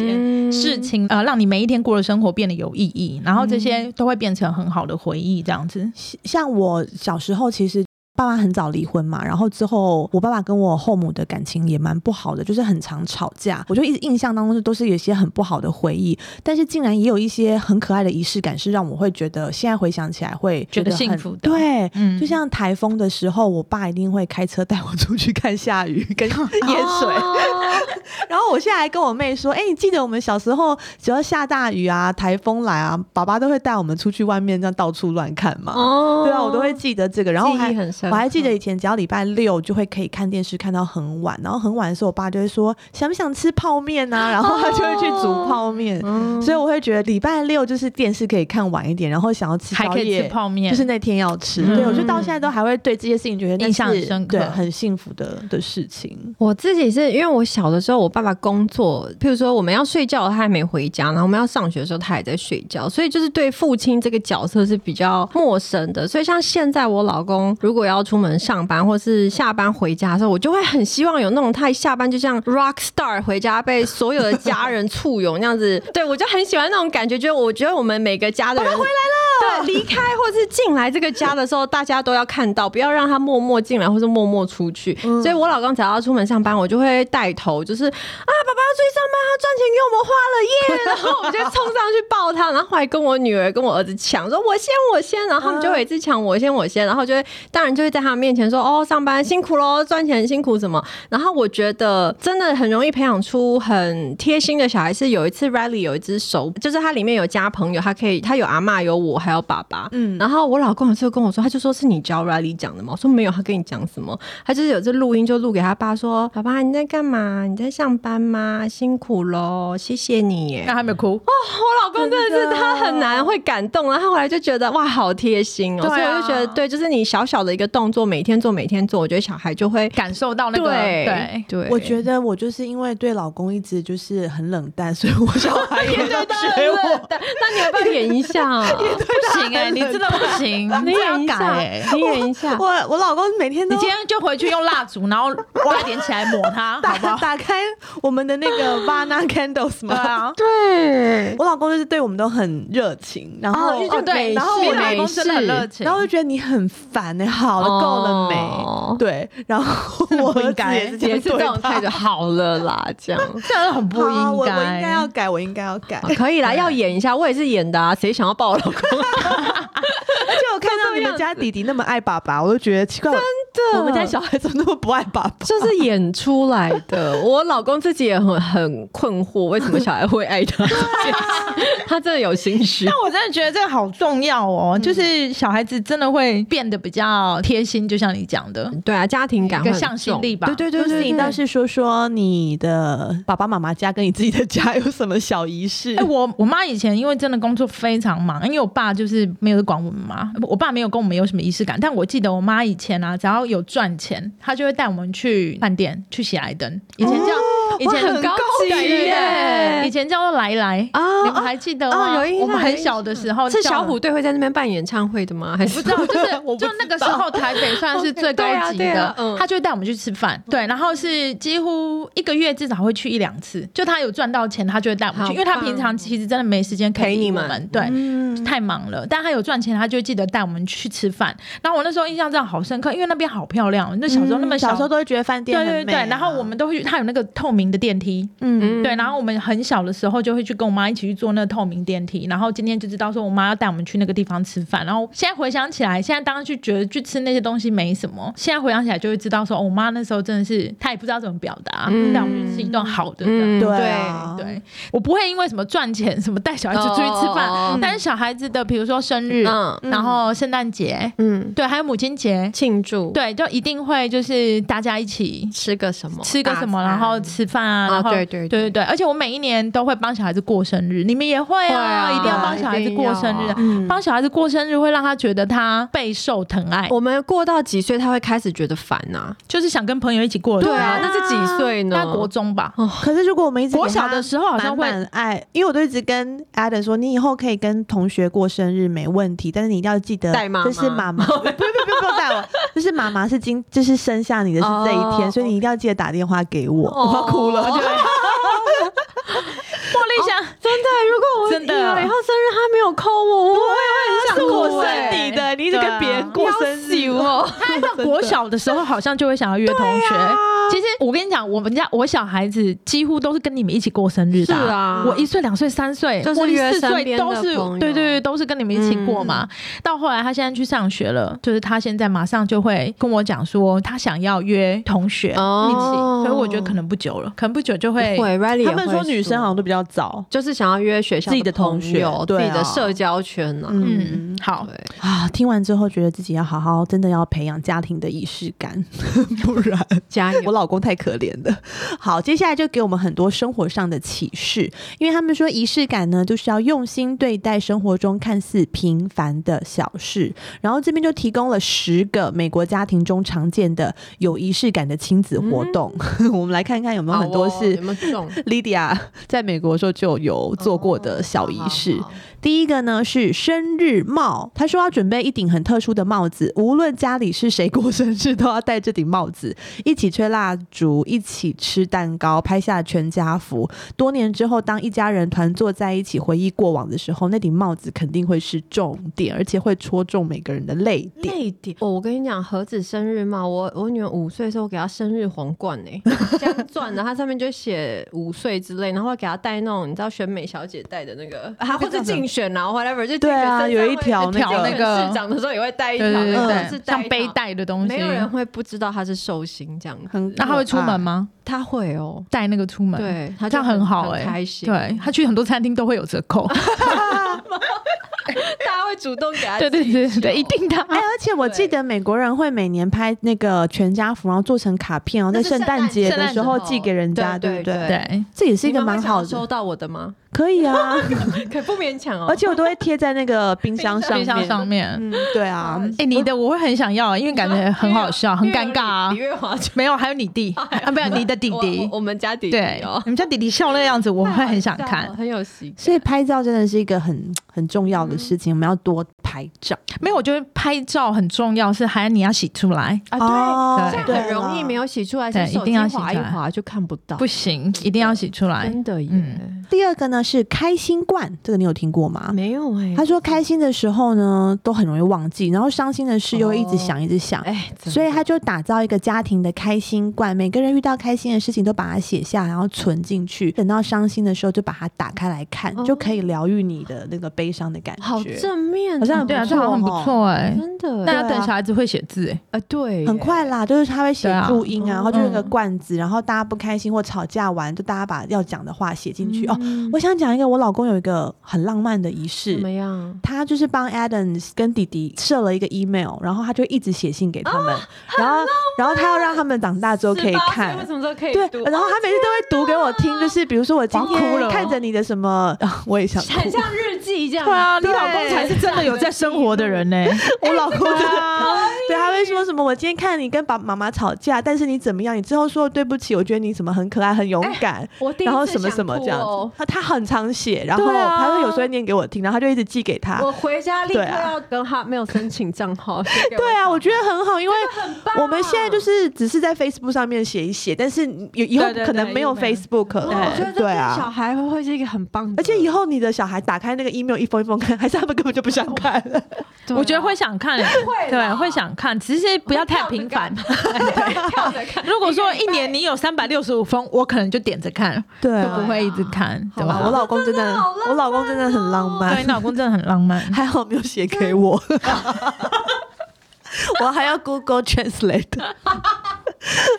[SPEAKER 2] 点事情，呃，让你每一天过的生活变得有意义，然后这
[SPEAKER 3] 嗯
[SPEAKER 2] 些都会变成很好的回忆，这样子。
[SPEAKER 1] 像我小时候，其实爸妈很早离婚嘛，然后之后我爸爸跟我后母的感情也蛮不好的，就是很常吵架。我就一直印象当中都是有一些很不好的回忆，但是竟然也有一些很可爱的仪式感，是让我会觉得现在回想起来会
[SPEAKER 2] 觉得
[SPEAKER 1] 很
[SPEAKER 2] 幸福的
[SPEAKER 1] 对，
[SPEAKER 2] 嗯
[SPEAKER 1] 就像台风的时候，我爸一定会开车带我出去看下雨跟淹
[SPEAKER 2] 哦
[SPEAKER 1] 水。 然后我现在还跟我妹说：“哎、你记得我们小时候只要下大雨啊、台风来啊，爸爸都会带我们出去外面这样到处乱看嘛。”
[SPEAKER 3] 哦
[SPEAKER 1] 对啊，我都会记得这个。然后我
[SPEAKER 3] 记忆
[SPEAKER 1] 还
[SPEAKER 3] 很深
[SPEAKER 1] 我还记得
[SPEAKER 2] 嗯
[SPEAKER 3] 刻
[SPEAKER 1] 以前只要礼拜六就会可以看电视看到很晚，然后很晚的时候，我爸就会说想不想吃泡面 啊，然后他就会去煮泡面。
[SPEAKER 2] 哦
[SPEAKER 3] 嗯
[SPEAKER 1] 所以我会觉得礼拜六就是电视可以看晚一点，然后想要吃
[SPEAKER 2] 还
[SPEAKER 1] 宵
[SPEAKER 2] 可以
[SPEAKER 1] 夜
[SPEAKER 2] 吃泡面
[SPEAKER 1] 就是那天要吃。
[SPEAKER 2] 嗯
[SPEAKER 1] 对我就到现在都还会对这些事情觉得那
[SPEAKER 2] 印象
[SPEAKER 1] 是
[SPEAKER 2] 很深刻
[SPEAKER 1] 对，很幸福的的事情。
[SPEAKER 3] 我自己是因为我小的时候，我爸爸工作，譬如说我们要睡觉，他还没回家，然后我们要上学的时候，他还在睡觉，所以就是对父亲这个角色是比较陌生的。所以像现在我老公如果要出门上班或是下班回家的时候，我就会很希望有那种他一下班就像 rock star 回家被所有的家人簇拥那样子。对我就很喜欢那种感觉，就是我觉得我们每个家的人回来了。对，离开或是进来这个家的时候，大家都要看到，不要让他默默进来或是默默出去。所以我老公只要出门上班，我就会带头，就是啊，爸爸要出去上班，他赚钱给我们花了耶！然后我们就 冲上去抱他，然后还跟我女儿跟我儿子抢，说我先我先，然后他们就会一直抢我先我先，然后就会当然就会在他们面前说哦，上班辛苦喽，赚钱很辛苦什么。然后我觉得真的很容易培养出很贴心的小孩。是有一次 Riley 有一只手，就是它里面有加朋友，它可以，它有阿嬷有我，还有爸爸。嗯，然后我老公有次跟我说，他就说是你教 Riley 讲的吗？我说没有，他跟你讲什么？他就是有次录音就录给他爸说，爸爸你在干嘛？你在上班吗？辛苦喽，谢谢你耶。
[SPEAKER 2] 那还没有哭，
[SPEAKER 3] 我老公真的是他很难会感动，啊然后后来就觉得哇，好贴心哦、
[SPEAKER 2] 对啊
[SPEAKER 3] 所以我就觉得，对，就是你小小的一个动作，每天做，每天做，我觉得小孩就会
[SPEAKER 2] 感受到那个
[SPEAKER 3] 对对，
[SPEAKER 1] 我觉得我就是因为对老公一直就是很冷淡，所以我小孩 也
[SPEAKER 3] 对
[SPEAKER 1] 都
[SPEAKER 3] 对
[SPEAKER 1] 学我。
[SPEAKER 3] 对，那你要不要演一下、 啊？
[SPEAKER 2] 不行哎、你真的不行，
[SPEAKER 3] 你
[SPEAKER 2] 你这
[SPEAKER 3] 演
[SPEAKER 2] 样
[SPEAKER 3] 一
[SPEAKER 2] 改
[SPEAKER 3] 下，
[SPEAKER 2] 哎、
[SPEAKER 3] 你演一下。
[SPEAKER 1] 欸 我我老公每天都
[SPEAKER 2] 你今天就回去用蜡烛，然后把它点起来抹 它，好不
[SPEAKER 1] 打
[SPEAKER 2] 好？
[SPEAKER 1] 打开我们的那 个 Vana Candles
[SPEAKER 2] 对
[SPEAKER 1] 嘛，
[SPEAKER 2] 啊，
[SPEAKER 3] 对，
[SPEAKER 1] 我老公就是对我们都很热情，然后、
[SPEAKER 3] 哦
[SPEAKER 2] 哦，就
[SPEAKER 3] 美
[SPEAKER 2] 对，
[SPEAKER 1] 然后
[SPEAKER 2] 你
[SPEAKER 1] 我
[SPEAKER 2] 老
[SPEAKER 3] 美
[SPEAKER 2] 公真的很
[SPEAKER 3] 式
[SPEAKER 2] 热情，
[SPEAKER 1] 然后就觉得你很烦呢、好了，
[SPEAKER 3] 哦
[SPEAKER 1] 够了没？对，然 后我儿子也是这
[SPEAKER 3] 也
[SPEAKER 1] 样
[SPEAKER 3] 是这种
[SPEAKER 1] 对他
[SPEAKER 3] 态度，好了啦，这样。
[SPEAKER 2] 这样很不
[SPEAKER 1] 好啊我
[SPEAKER 2] 啊应
[SPEAKER 1] 我
[SPEAKER 2] 该，
[SPEAKER 1] 应该要改，我应该要改。
[SPEAKER 3] 哦可以啦，要演一下，我也是演的啊，谁想要抱我老公？
[SPEAKER 1] 而且我看到你们家弟弟那么爱爸爸，我就觉得奇怪，真
[SPEAKER 3] 的
[SPEAKER 1] 我们家小孩怎么那么不爱爸爸？
[SPEAKER 3] 就是演出来的。我老公自己也很很困惑，为什么小孩会爱他？他真的有心虚。
[SPEAKER 2] 但我真的觉得这个好重要哦，就是小孩子真的会变得比较贴心，就像你讲的，
[SPEAKER 3] 对啊，家庭感
[SPEAKER 2] 一
[SPEAKER 3] 会
[SPEAKER 2] 个
[SPEAKER 3] 很
[SPEAKER 2] 向心
[SPEAKER 3] 重
[SPEAKER 2] 力吧。
[SPEAKER 3] 对对对对
[SPEAKER 1] 你
[SPEAKER 3] 对，
[SPEAKER 1] 倒是说说你的爸爸妈妈家跟你自己的家有什么小仪式？
[SPEAKER 2] 哎、我我妈以前因为真的工作非常忙，因为我爸就是没有管我们嘛，我爸没有跟我们有什么仪式感。但我记得我妈以前啊，只要有赚钱，她就会带我们去饭店去喜来登。以前叫、以前
[SPEAKER 3] 哦哇很高级
[SPEAKER 2] 对对
[SPEAKER 3] 耶
[SPEAKER 2] 对以前叫做来来
[SPEAKER 3] 啊
[SPEAKER 2] 你们还记得
[SPEAKER 3] 啊
[SPEAKER 2] 吗？
[SPEAKER 3] 有印
[SPEAKER 2] 我们
[SPEAKER 3] 象
[SPEAKER 2] 很小的时候
[SPEAKER 3] 是
[SPEAKER 2] 叫
[SPEAKER 3] 小虎队会在那边办演唱会的吗？还是
[SPEAKER 2] 不知道，就是
[SPEAKER 1] 我不知
[SPEAKER 2] 就
[SPEAKER 1] 道
[SPEAKER 2] 那个时候台北算是最高
[SPEAKER 3] 对啊
[SPEAKER 2] 级
[SPEAKER 3] 对
[SPEAKER 2] 的嗯
[SPEAKER 3] 啊嗯，
[SPEAKER 2] 他就会带我们去吃饭，对，然后是几乎一个月至少会去一两次，就他有赚到钱，他就会带我们
[SPEAKER 3] 好
[SPEAKER 2] 去，因为他
[SPEAKER 3] 棒
[SPEAKER 2] 平常其实真的没时间可以
[SPEAKER 3] 陪你
[SPEAKER 2] 理我
[SPEAKER 3] 们
[SPEAKER 2] 们，对。
[SPEAKER 1] 嗯，
[SPEAKER 2] 太忙了，但他有赚钱，他就会记得带我们去吃饭。然后我那时候印象真的好深刻，因为那边好漂亮哦。那小时候那么
[SPEAKER 1] 嗯小时候
[SPEAKER 2] 都
[SPEAKER 1] 都会觉得饭店
[SPEAKER 2] 对
[SPEAKER 1] 很美啊、
[SPEAKER 2] 对对，然后我们都会去，它有那个透明明的电梯，
[SPEAKER 1] 嗯，
[SPEAKER 2] 对，然后我们很小的时候就会去跟我妈一起去坐那个透明电梯，然后今天就知道说我妈要带我们去那个地方吃饭，然后现在回想起来，现在当时觉得去吃那些东西没什么，现在回想起来就会知道说，哦我妈那时候真的是她也不知道怎么表达，
[SPEAKER 3] 嗯
[SPEAKER 2] 带我们去吃一顿好的这样。
[SPEAKER 3] 嗯
[SPEAKER 1] 对啊
[SPEAKER 2] 对，我不会因为什么赚钱什么带小孩子出去吃饭，
[SPEAKER 3] 哦哦哦
[SPEAKER 2] 但是小孩子的比如说生日，
[SPEAKER 3] 嗯
[SPEAKER 2] 然后圣诞节，
[SPEAKER 3] 嗯，
[SPEAKER 2] 对，还有母亲节，
[SPEAKER 3] 庆祝，
[SPEAKER 2] 对，就一定会就是大家一起
[SPEAKER 3] 吃个什么，
[SPEAKER 2] 吃个什么，
[SPEAKER 3] 大餐
[SPEAKER 2] 然后吃饭啊，
[SPEAKER 3] 哦
[SPEAKER 2] 然后
[SPEAKER 3] 对对
[SPEAKER 2] 对对对，而且我每一年都会帮小孩子过生日，你们也会啊，
[SPEAKER 3] 会啊
[SPEAKER 2] 一定要帮小孩子过生日啊
[SPEAKER 3] 一定要，啊
[SPEAKER 1] 嗯
[SPEAKER 2] 帮小孩子过生日会让他觉得他备受疼爱，
[SPEAKER 3] 我们过到几岁他会开始觉得烦呐？
[SPEAKER 2] 就是想跟朋友一起过的时
[SPEAKER 3] 对
[SPEAKER 2] 候，
[SPEAKER 3] 啊，那是几岁呢
[SPEAKER 2] 大？概国中吧，
[SPEAKER 3] 哦
[SPEAKER 1] 可是如果我们一直
[SPEAKER 2] 国
[SPEAKER 1] 给
[SPEAKER 2] 小
[SPEAKER 1] 他
[SPEAKER 2] 的时候好像会
[SPEAKER 1] 满满爱，因为我都一直跟 Adam 说，你以后可以跟同学过生日没问题，但是你一定要记得
[SPEAKER 3] 带妈妈
[SPEAKER 1] 这是妈 妈，不不不不用带我，就是妈妈是今就是生下你的是这一天，
[SPEAKER 3] 哦
[SPEAKER 1] 所以你一定要记得打电话给我，
[SPEAKER 3] 哦
[SPEAKER 1] 我要哭了。对
[SPEAKER 2] 茉莉想
[SPEAKER 3] 真的，如果我
[SPEAKER 2] 真的
[SPEAKER 3] 以后生日他没有 call 我，我
[SPEAKER 1] 他
[SPEAKER 3] 会
[SPEAKER 1] 是
[SPEAKER 3] 我也
[SPEAKER 1] 我
[SPEAKER 3] 会
[SPEAKER 1] 生
[SPEAKER 3] 很想欸
[SPEAKER 1] 你的，你一直跟别人过生日，
[SPEAKER 3] 哦。
[SPEAKER 2] 他到国小的时候，好像就会想要约同学。
[SPEAKER 3] 啊
[SPEAKER 2] 其实我跟你讲，我们家我小孩子几乎都是跟你们一起过生日
[SPEAKER 3] 是
[SPEAKER 2] 的、
[SPEAKER 3] 啊
[SPEAKER 2] 我一岁、两岁、三岁，
[SPEAKER 3] 就是
[SPEAKER 2] 我一
[SPEAKER 3] 约
[SPEAKER 2] 四
[SPEAKER 3] 身
[SPEAKER 2] 岁
[SPEAKER 3] 边的
[SPEAKER 2] 都是，
[SPEAKER 3] 朋友嗯
[SPEAKER 2] 对对对，都是跟你们一起过嘛。到后来他现在去上学了，就是他现在马上就会跟我讲说，他想要约同学一起，
[SPEAKER 3] 哦
[SPEAKER 2] 所以我觉得可能不久了，可能不久就会。
[SPEAKER 3] 会 r a l l y
[SPEAKER 1] 他们说女生好像都比较早，
[SPEAKER 3] 就是想要约学校
[SPEAKER 1] 自己的同
[SPEAKER 3] 朋
[SPEAKER 1] 学
[SPEAKER 3] 友
[SPEAKER 1] 对
[SPEAKER 3] 自己的
[SPEAKER 1] 啊
[SPEAKER 3] 社交圈啊。
[SPEAKER 2] 嗯，好，
[SPEAKER 3] 对
[SPEAKER 1] 啊，听完之后觉得自己要好好，真的要培养家庭的仪式感， 不然
[SPEAKER 3] 加
[SPEAKER 1] 我
[SPEAKER 3] 油！
[SPEAKER 1] 老公太可怜了。好，接下来就给我们很多生活上的启示，因为他们说仪式感呢，就是要用心对待生活中看似平凡的小事。然后这边就提供了十个美国家庭中常见的有仪式感的亲子活动， 我们来看看有没有很多
[SPEAKER 3] 嗯好哦
[SPEAKER 1] 是
[SPEAKER 3] 有没有中
[SPEAKER 1] Lydia 在美国的时候就有做过的小仪式。
[SPEAKER 3] 哦好好好
[SPEAKER 1] 第一个呢是生日帽，他说要准备一顶很特殊的帽子，无论家里是谁过生日，都要戴这顶帽子，一起吹蜡烛，一起吃蛋糕，拍下全家福。多年之后，当一家人团坐在一起回忆过往的时候，那顶帽子肯定会是重点，而且会戳中每个人的泪 点。
[SPEAKER 3] 泪点哦！我跟你讲，何止生日帽，我我女儿五岁的时候给她生日皇冠呢、这样转的，它上面就写五岁之类，然后给她戴那种你知道选美小姐戴的那个，啊，或者竞选啊，whatever，就竞选
[SPEAKER 1] 对啊
[SPEAKER 3] 身上
[SPEAKER 1] 有一
[SPEAKER 3] 会
[SPEAKER 1] 条那
[SPEAKER 3] 竞选
[SPEAKER 2] 个那个
[SPEAKER 3] 市长的时候也会戴一条，
[SPEAKER 2] 对对对
[SPEAKER 3] 或
[SPEAKER 2] 对
[SPEAKER 3] 者是戴一
[SPEAKER 2] 像
[SPEAKER 3] 条
[SPEAKER 2] 背，带的东西
[SPEAKER 3] 没。有人会不知道她是寿星这样子。
[SPEAKER 1] 很
[SPEAKER 2] 那他会出门吗？
[SPEAKER 3] 她会哦，
[SPEAKER 2] 带那个出门？
[SPEAKER 3] 对，她
[SPEAKER 2] 这
[SPEAKER 3] 就
[SPEAKER 2] 样很好哎、
[SPEAKER 3] 很开心，
[SPEAKER 2] 对他去很多餐厅都会有折扣，
[SPEAKER 3] 大家会主动给她
[SPEAKER 2] 对对
[SPEAKER 3] 自己
[SPEAKER 2] 对对对，
[SPEAKER 3] 秀
[SPEAKER 2] 一定的啊。
[SPEAKER 1] 哎，而且我记得美国人会每年拍那个全家福，然后做成卡片哦，在
[SPEAKER 3] 那是
[SPEAKER 1] 圣诞节的时候
[SPEAKER 3] 圣诞
[SPEAKER 1] 寄给人家，对
[SPEAKER 3] 对
[SPEAKER 1] 不对？
[SPEAKER 3] 对
[SPEAKER 2] 对，
[SPEAKER 1] 这也是一
[SPEAKER 3] 你
[SPEAKER 1] 个
[SPEAKER 3] 们会
[SPEAKER 1] 蛮
[SPEAKER 3] 想要
[SPEAKER 1] 好
[SPEAKER 3] 收
[SPEAKER 1] 的，
[SPEAKER 3] 到我的吗？
[SPEAKER 1] 可以啊。
[SPEAKER 3] 可不勉强哦，
[SPEAKER 1] 而且我都会贴在那个冰箱上
[SPEAKER 2] 冰
[SPEAKER 1] 面。
[SPEAKER 2] 箱上面。
[SPEAKER 1] 嗯，对啊，
[SPEAKER 2] 哎、你的我会很想要，因为感觉很好笑，很尴尬啊
[SPEAKER 3] 李。月华就
[SPEAKER 2] 没有，还有你弟啊，没有你的弟弟
[SPEAKER 3] 我我。我们家弟弟
[SPEAKER 2] 对
[SPEAKER 3] 哦，，
[SPEAKER 2] 你们家弟弟笑那样子，我会很想
[SPEAKER 3] 太好笑
[SPEAKER 2] 看
[SPEAKER 3] 了。很有喜感。
[SPEAKER 1] 所以拍照真的是一个很很重要
[SPEAKER 3] 嗯
[SPEAKER 1] 的事情，我们要多拍照。
[SPEAKER 2] 没有，我觉得拍照很重要，是还你要洗出来，
[SPEAKER 3] 啊，对，这
[SPEAKER 2] 对
[SPEAKER 3] 样很容易没
[SPEAKER 1] 有。
[SPEAKER 3] 有洗出来，
[SPEAKER 2] 对
[SPEAKER 3] 是手
[SPEAKER 2] 一
[SPEAKER 3] 机
[SPEAKER 2] 定要洗
[SPEAKER 3] 划
[SPEAKER 2] 出
[SPEAKER 3] 一
[SPEAKER 2] 来
[SPEAKER 3] 划就看不到，
[SPEAKER 2] 不行，一定要洗出来。
[SPEAKER 3] 真的耶，
[SPEAKER 2] 嗯
[SPEAKER 1] 第二个呢是开心罐，这个你有听过吗？
[SPEAKER 3] 没有
[SPEAKER 2] 欸
[SPEAKER 3] 哎。
[SPEAKER 1] 他说开心的时候呢，都很容易忘记，然后伤心的事又会一直想，一直想。
[SPEAKER 3] 哎，真的
[SPEAKER 1] 所以他就打造一个家庭的开心罐，每个人遇到开心的事情都把它写下，然后存进去，等到伤心的时候就把它打开来看，
[SPEAKER 3] 哦
[SPEAKER 1] 就可以疗愈你的那个悲伤的感觉。
[SPEAKER 3] 好正面哦，啊
[SPEAKER 1] 好像很
[SPEAKER 2] 对啊，
[SPEAKER 1] 不
[SPEAKER 2] 这
[SPEAKER 1] 错
[SPEAKER 2] 好像不
[SPEAKER 1] 哦
[SPEAKER 2] 错哎。
[SPEAKER 3] 真的，
[SPEAKER 2] 那
[SPEAKER 3] 那
[SPEAKER 2] 要等小孩子会写字哎，
[SPEAKER 3] 呃对耶，
[SPEAKER 1] 很快啦，就是他会写
[SPEAKER 2] 对啊
[SPEAKER 1] 注音啊，然后就用个
[SPEAKER 2] 嗯
[SPEAKER 1] 罐子，然后大家不开心或吵架完，就大家把要讲的话写进去。哦，
[SPEAKER 3] 嗯
[SPEAKER 1] 我想讲一个，我老公有一个很浪漫的仪
[SPEAKER 3] 怎么
[SPEAKER 1] 式。
[SPEAKER 3] 样？
[SPEAKER 1] 他就是帮 Adam 跟弟弟设了一个 email，然后他就一直写信给他们，
[SPEAKER 3] 哦
[SPEAKER 1] 然后然后他要让他们长大之后可以
[SPEAKER 3] 18
[SPEAKER 1] 看
[SPEAKER 3] 岁为，什么都可以
[SPEAKER 1] 对，
[SPEAKER 3] 读？
[SPEAKER 1] 然后他每次都会读给我听，就是比如说我今
[SPEAKER 2] 我要哭了
[SPEAKER 1] 天
[SPEAKER 3] 哦
[SPEAKER 1] 看着你的什 么，啊我也想哭
[SPEAKER 3] 很，像日记这样。
[SPEAKER 2] 对啊，你
[SPEAKER 1] 对
[SPEAKER 2] 老公才是真的有在生活的人欸呢。
[SPEAKER 1] 我老公真的对，他会说什么？我今天看你跟爸妈妈吵架，但是你怎么样？你之后说对不起，我觉得你什么很可爱、很勇敢，
[SPEAKER 3] 哎我第一
[SPEAKER 1] 然后
[SPEAKER 3] 次
[SPEAKER 1] 什么
[SPEAKER 3] 想
[SPEAKER 1] 什么
[SPEAKER 3] 哭
[SPEAKER 1] 这样
[SPEAKER 3] 哦
[SPEAKER 1] 子。他他很常写，然后
[SPEAKER 2] 对啊
[SPEAKER 1] 他会有时候念给我听，然后他就一直寄给他。
[SPEAKER 3] 我回家立刻
[SPEAKER 1] 对啊
[SPEAKER 3] 要跟他没有申请账 号。
[SPEAKER 1] 对
[SPEAKER 3] 对
[SPEAKER 1] 啊，我觉得很好，因为
[SPEAKER 3] 棒
[SPEAKER 1] 我们现在就是只是在 Facebook 上面写一写，但是有以后
[SPEAKER 2] 对对对
[SPEAKER 1] 可能没有
[SPEAKER 2] 又没有
[SPEAKER 1] Facebook
[SPEAKER 3] 哦我觉
[SPEAKER 1] 了
[SPEAKER 3] 得，这
[SPEAKER 1] 对
[SPEAKER 3] 对小
[SPEAKER 1] 啊。
[SPEAKER 3] 孩会会是一个很棒的，
[SPEAKER 1] 而且以后你的小孩打开那个 email 一封一封看，还是他们根本就不想看了。
[SPEAKER 2] 我觉得会想看，欸对，会想看，只是不要太频繁。
[SPEAKER 3] 跳着看。
[SPEAKER 2] 如果说一年你有三百六十五封，我可能就点着看，
[SPEAKER 1] 对
[SPEAKER 2] 就
[SPEAKER 1] 啊
[SPEAKER 2] 不会一直看，对
[SPEAKER 1] 好吧，我
[SPEAKER 2] 吧？
[SPEAKER 1] 老公真的，
[SPEAKER 3] 哦
[SPEAKER 1] 我老公真的很浪
[SPEAKER 2] 对，
[SPEAKER 1] 漫，
[SPEAKER 2] 你老公真的很浪漫。
[SPEAKER 1] 还好没有写给 我，我还要 Google Translate。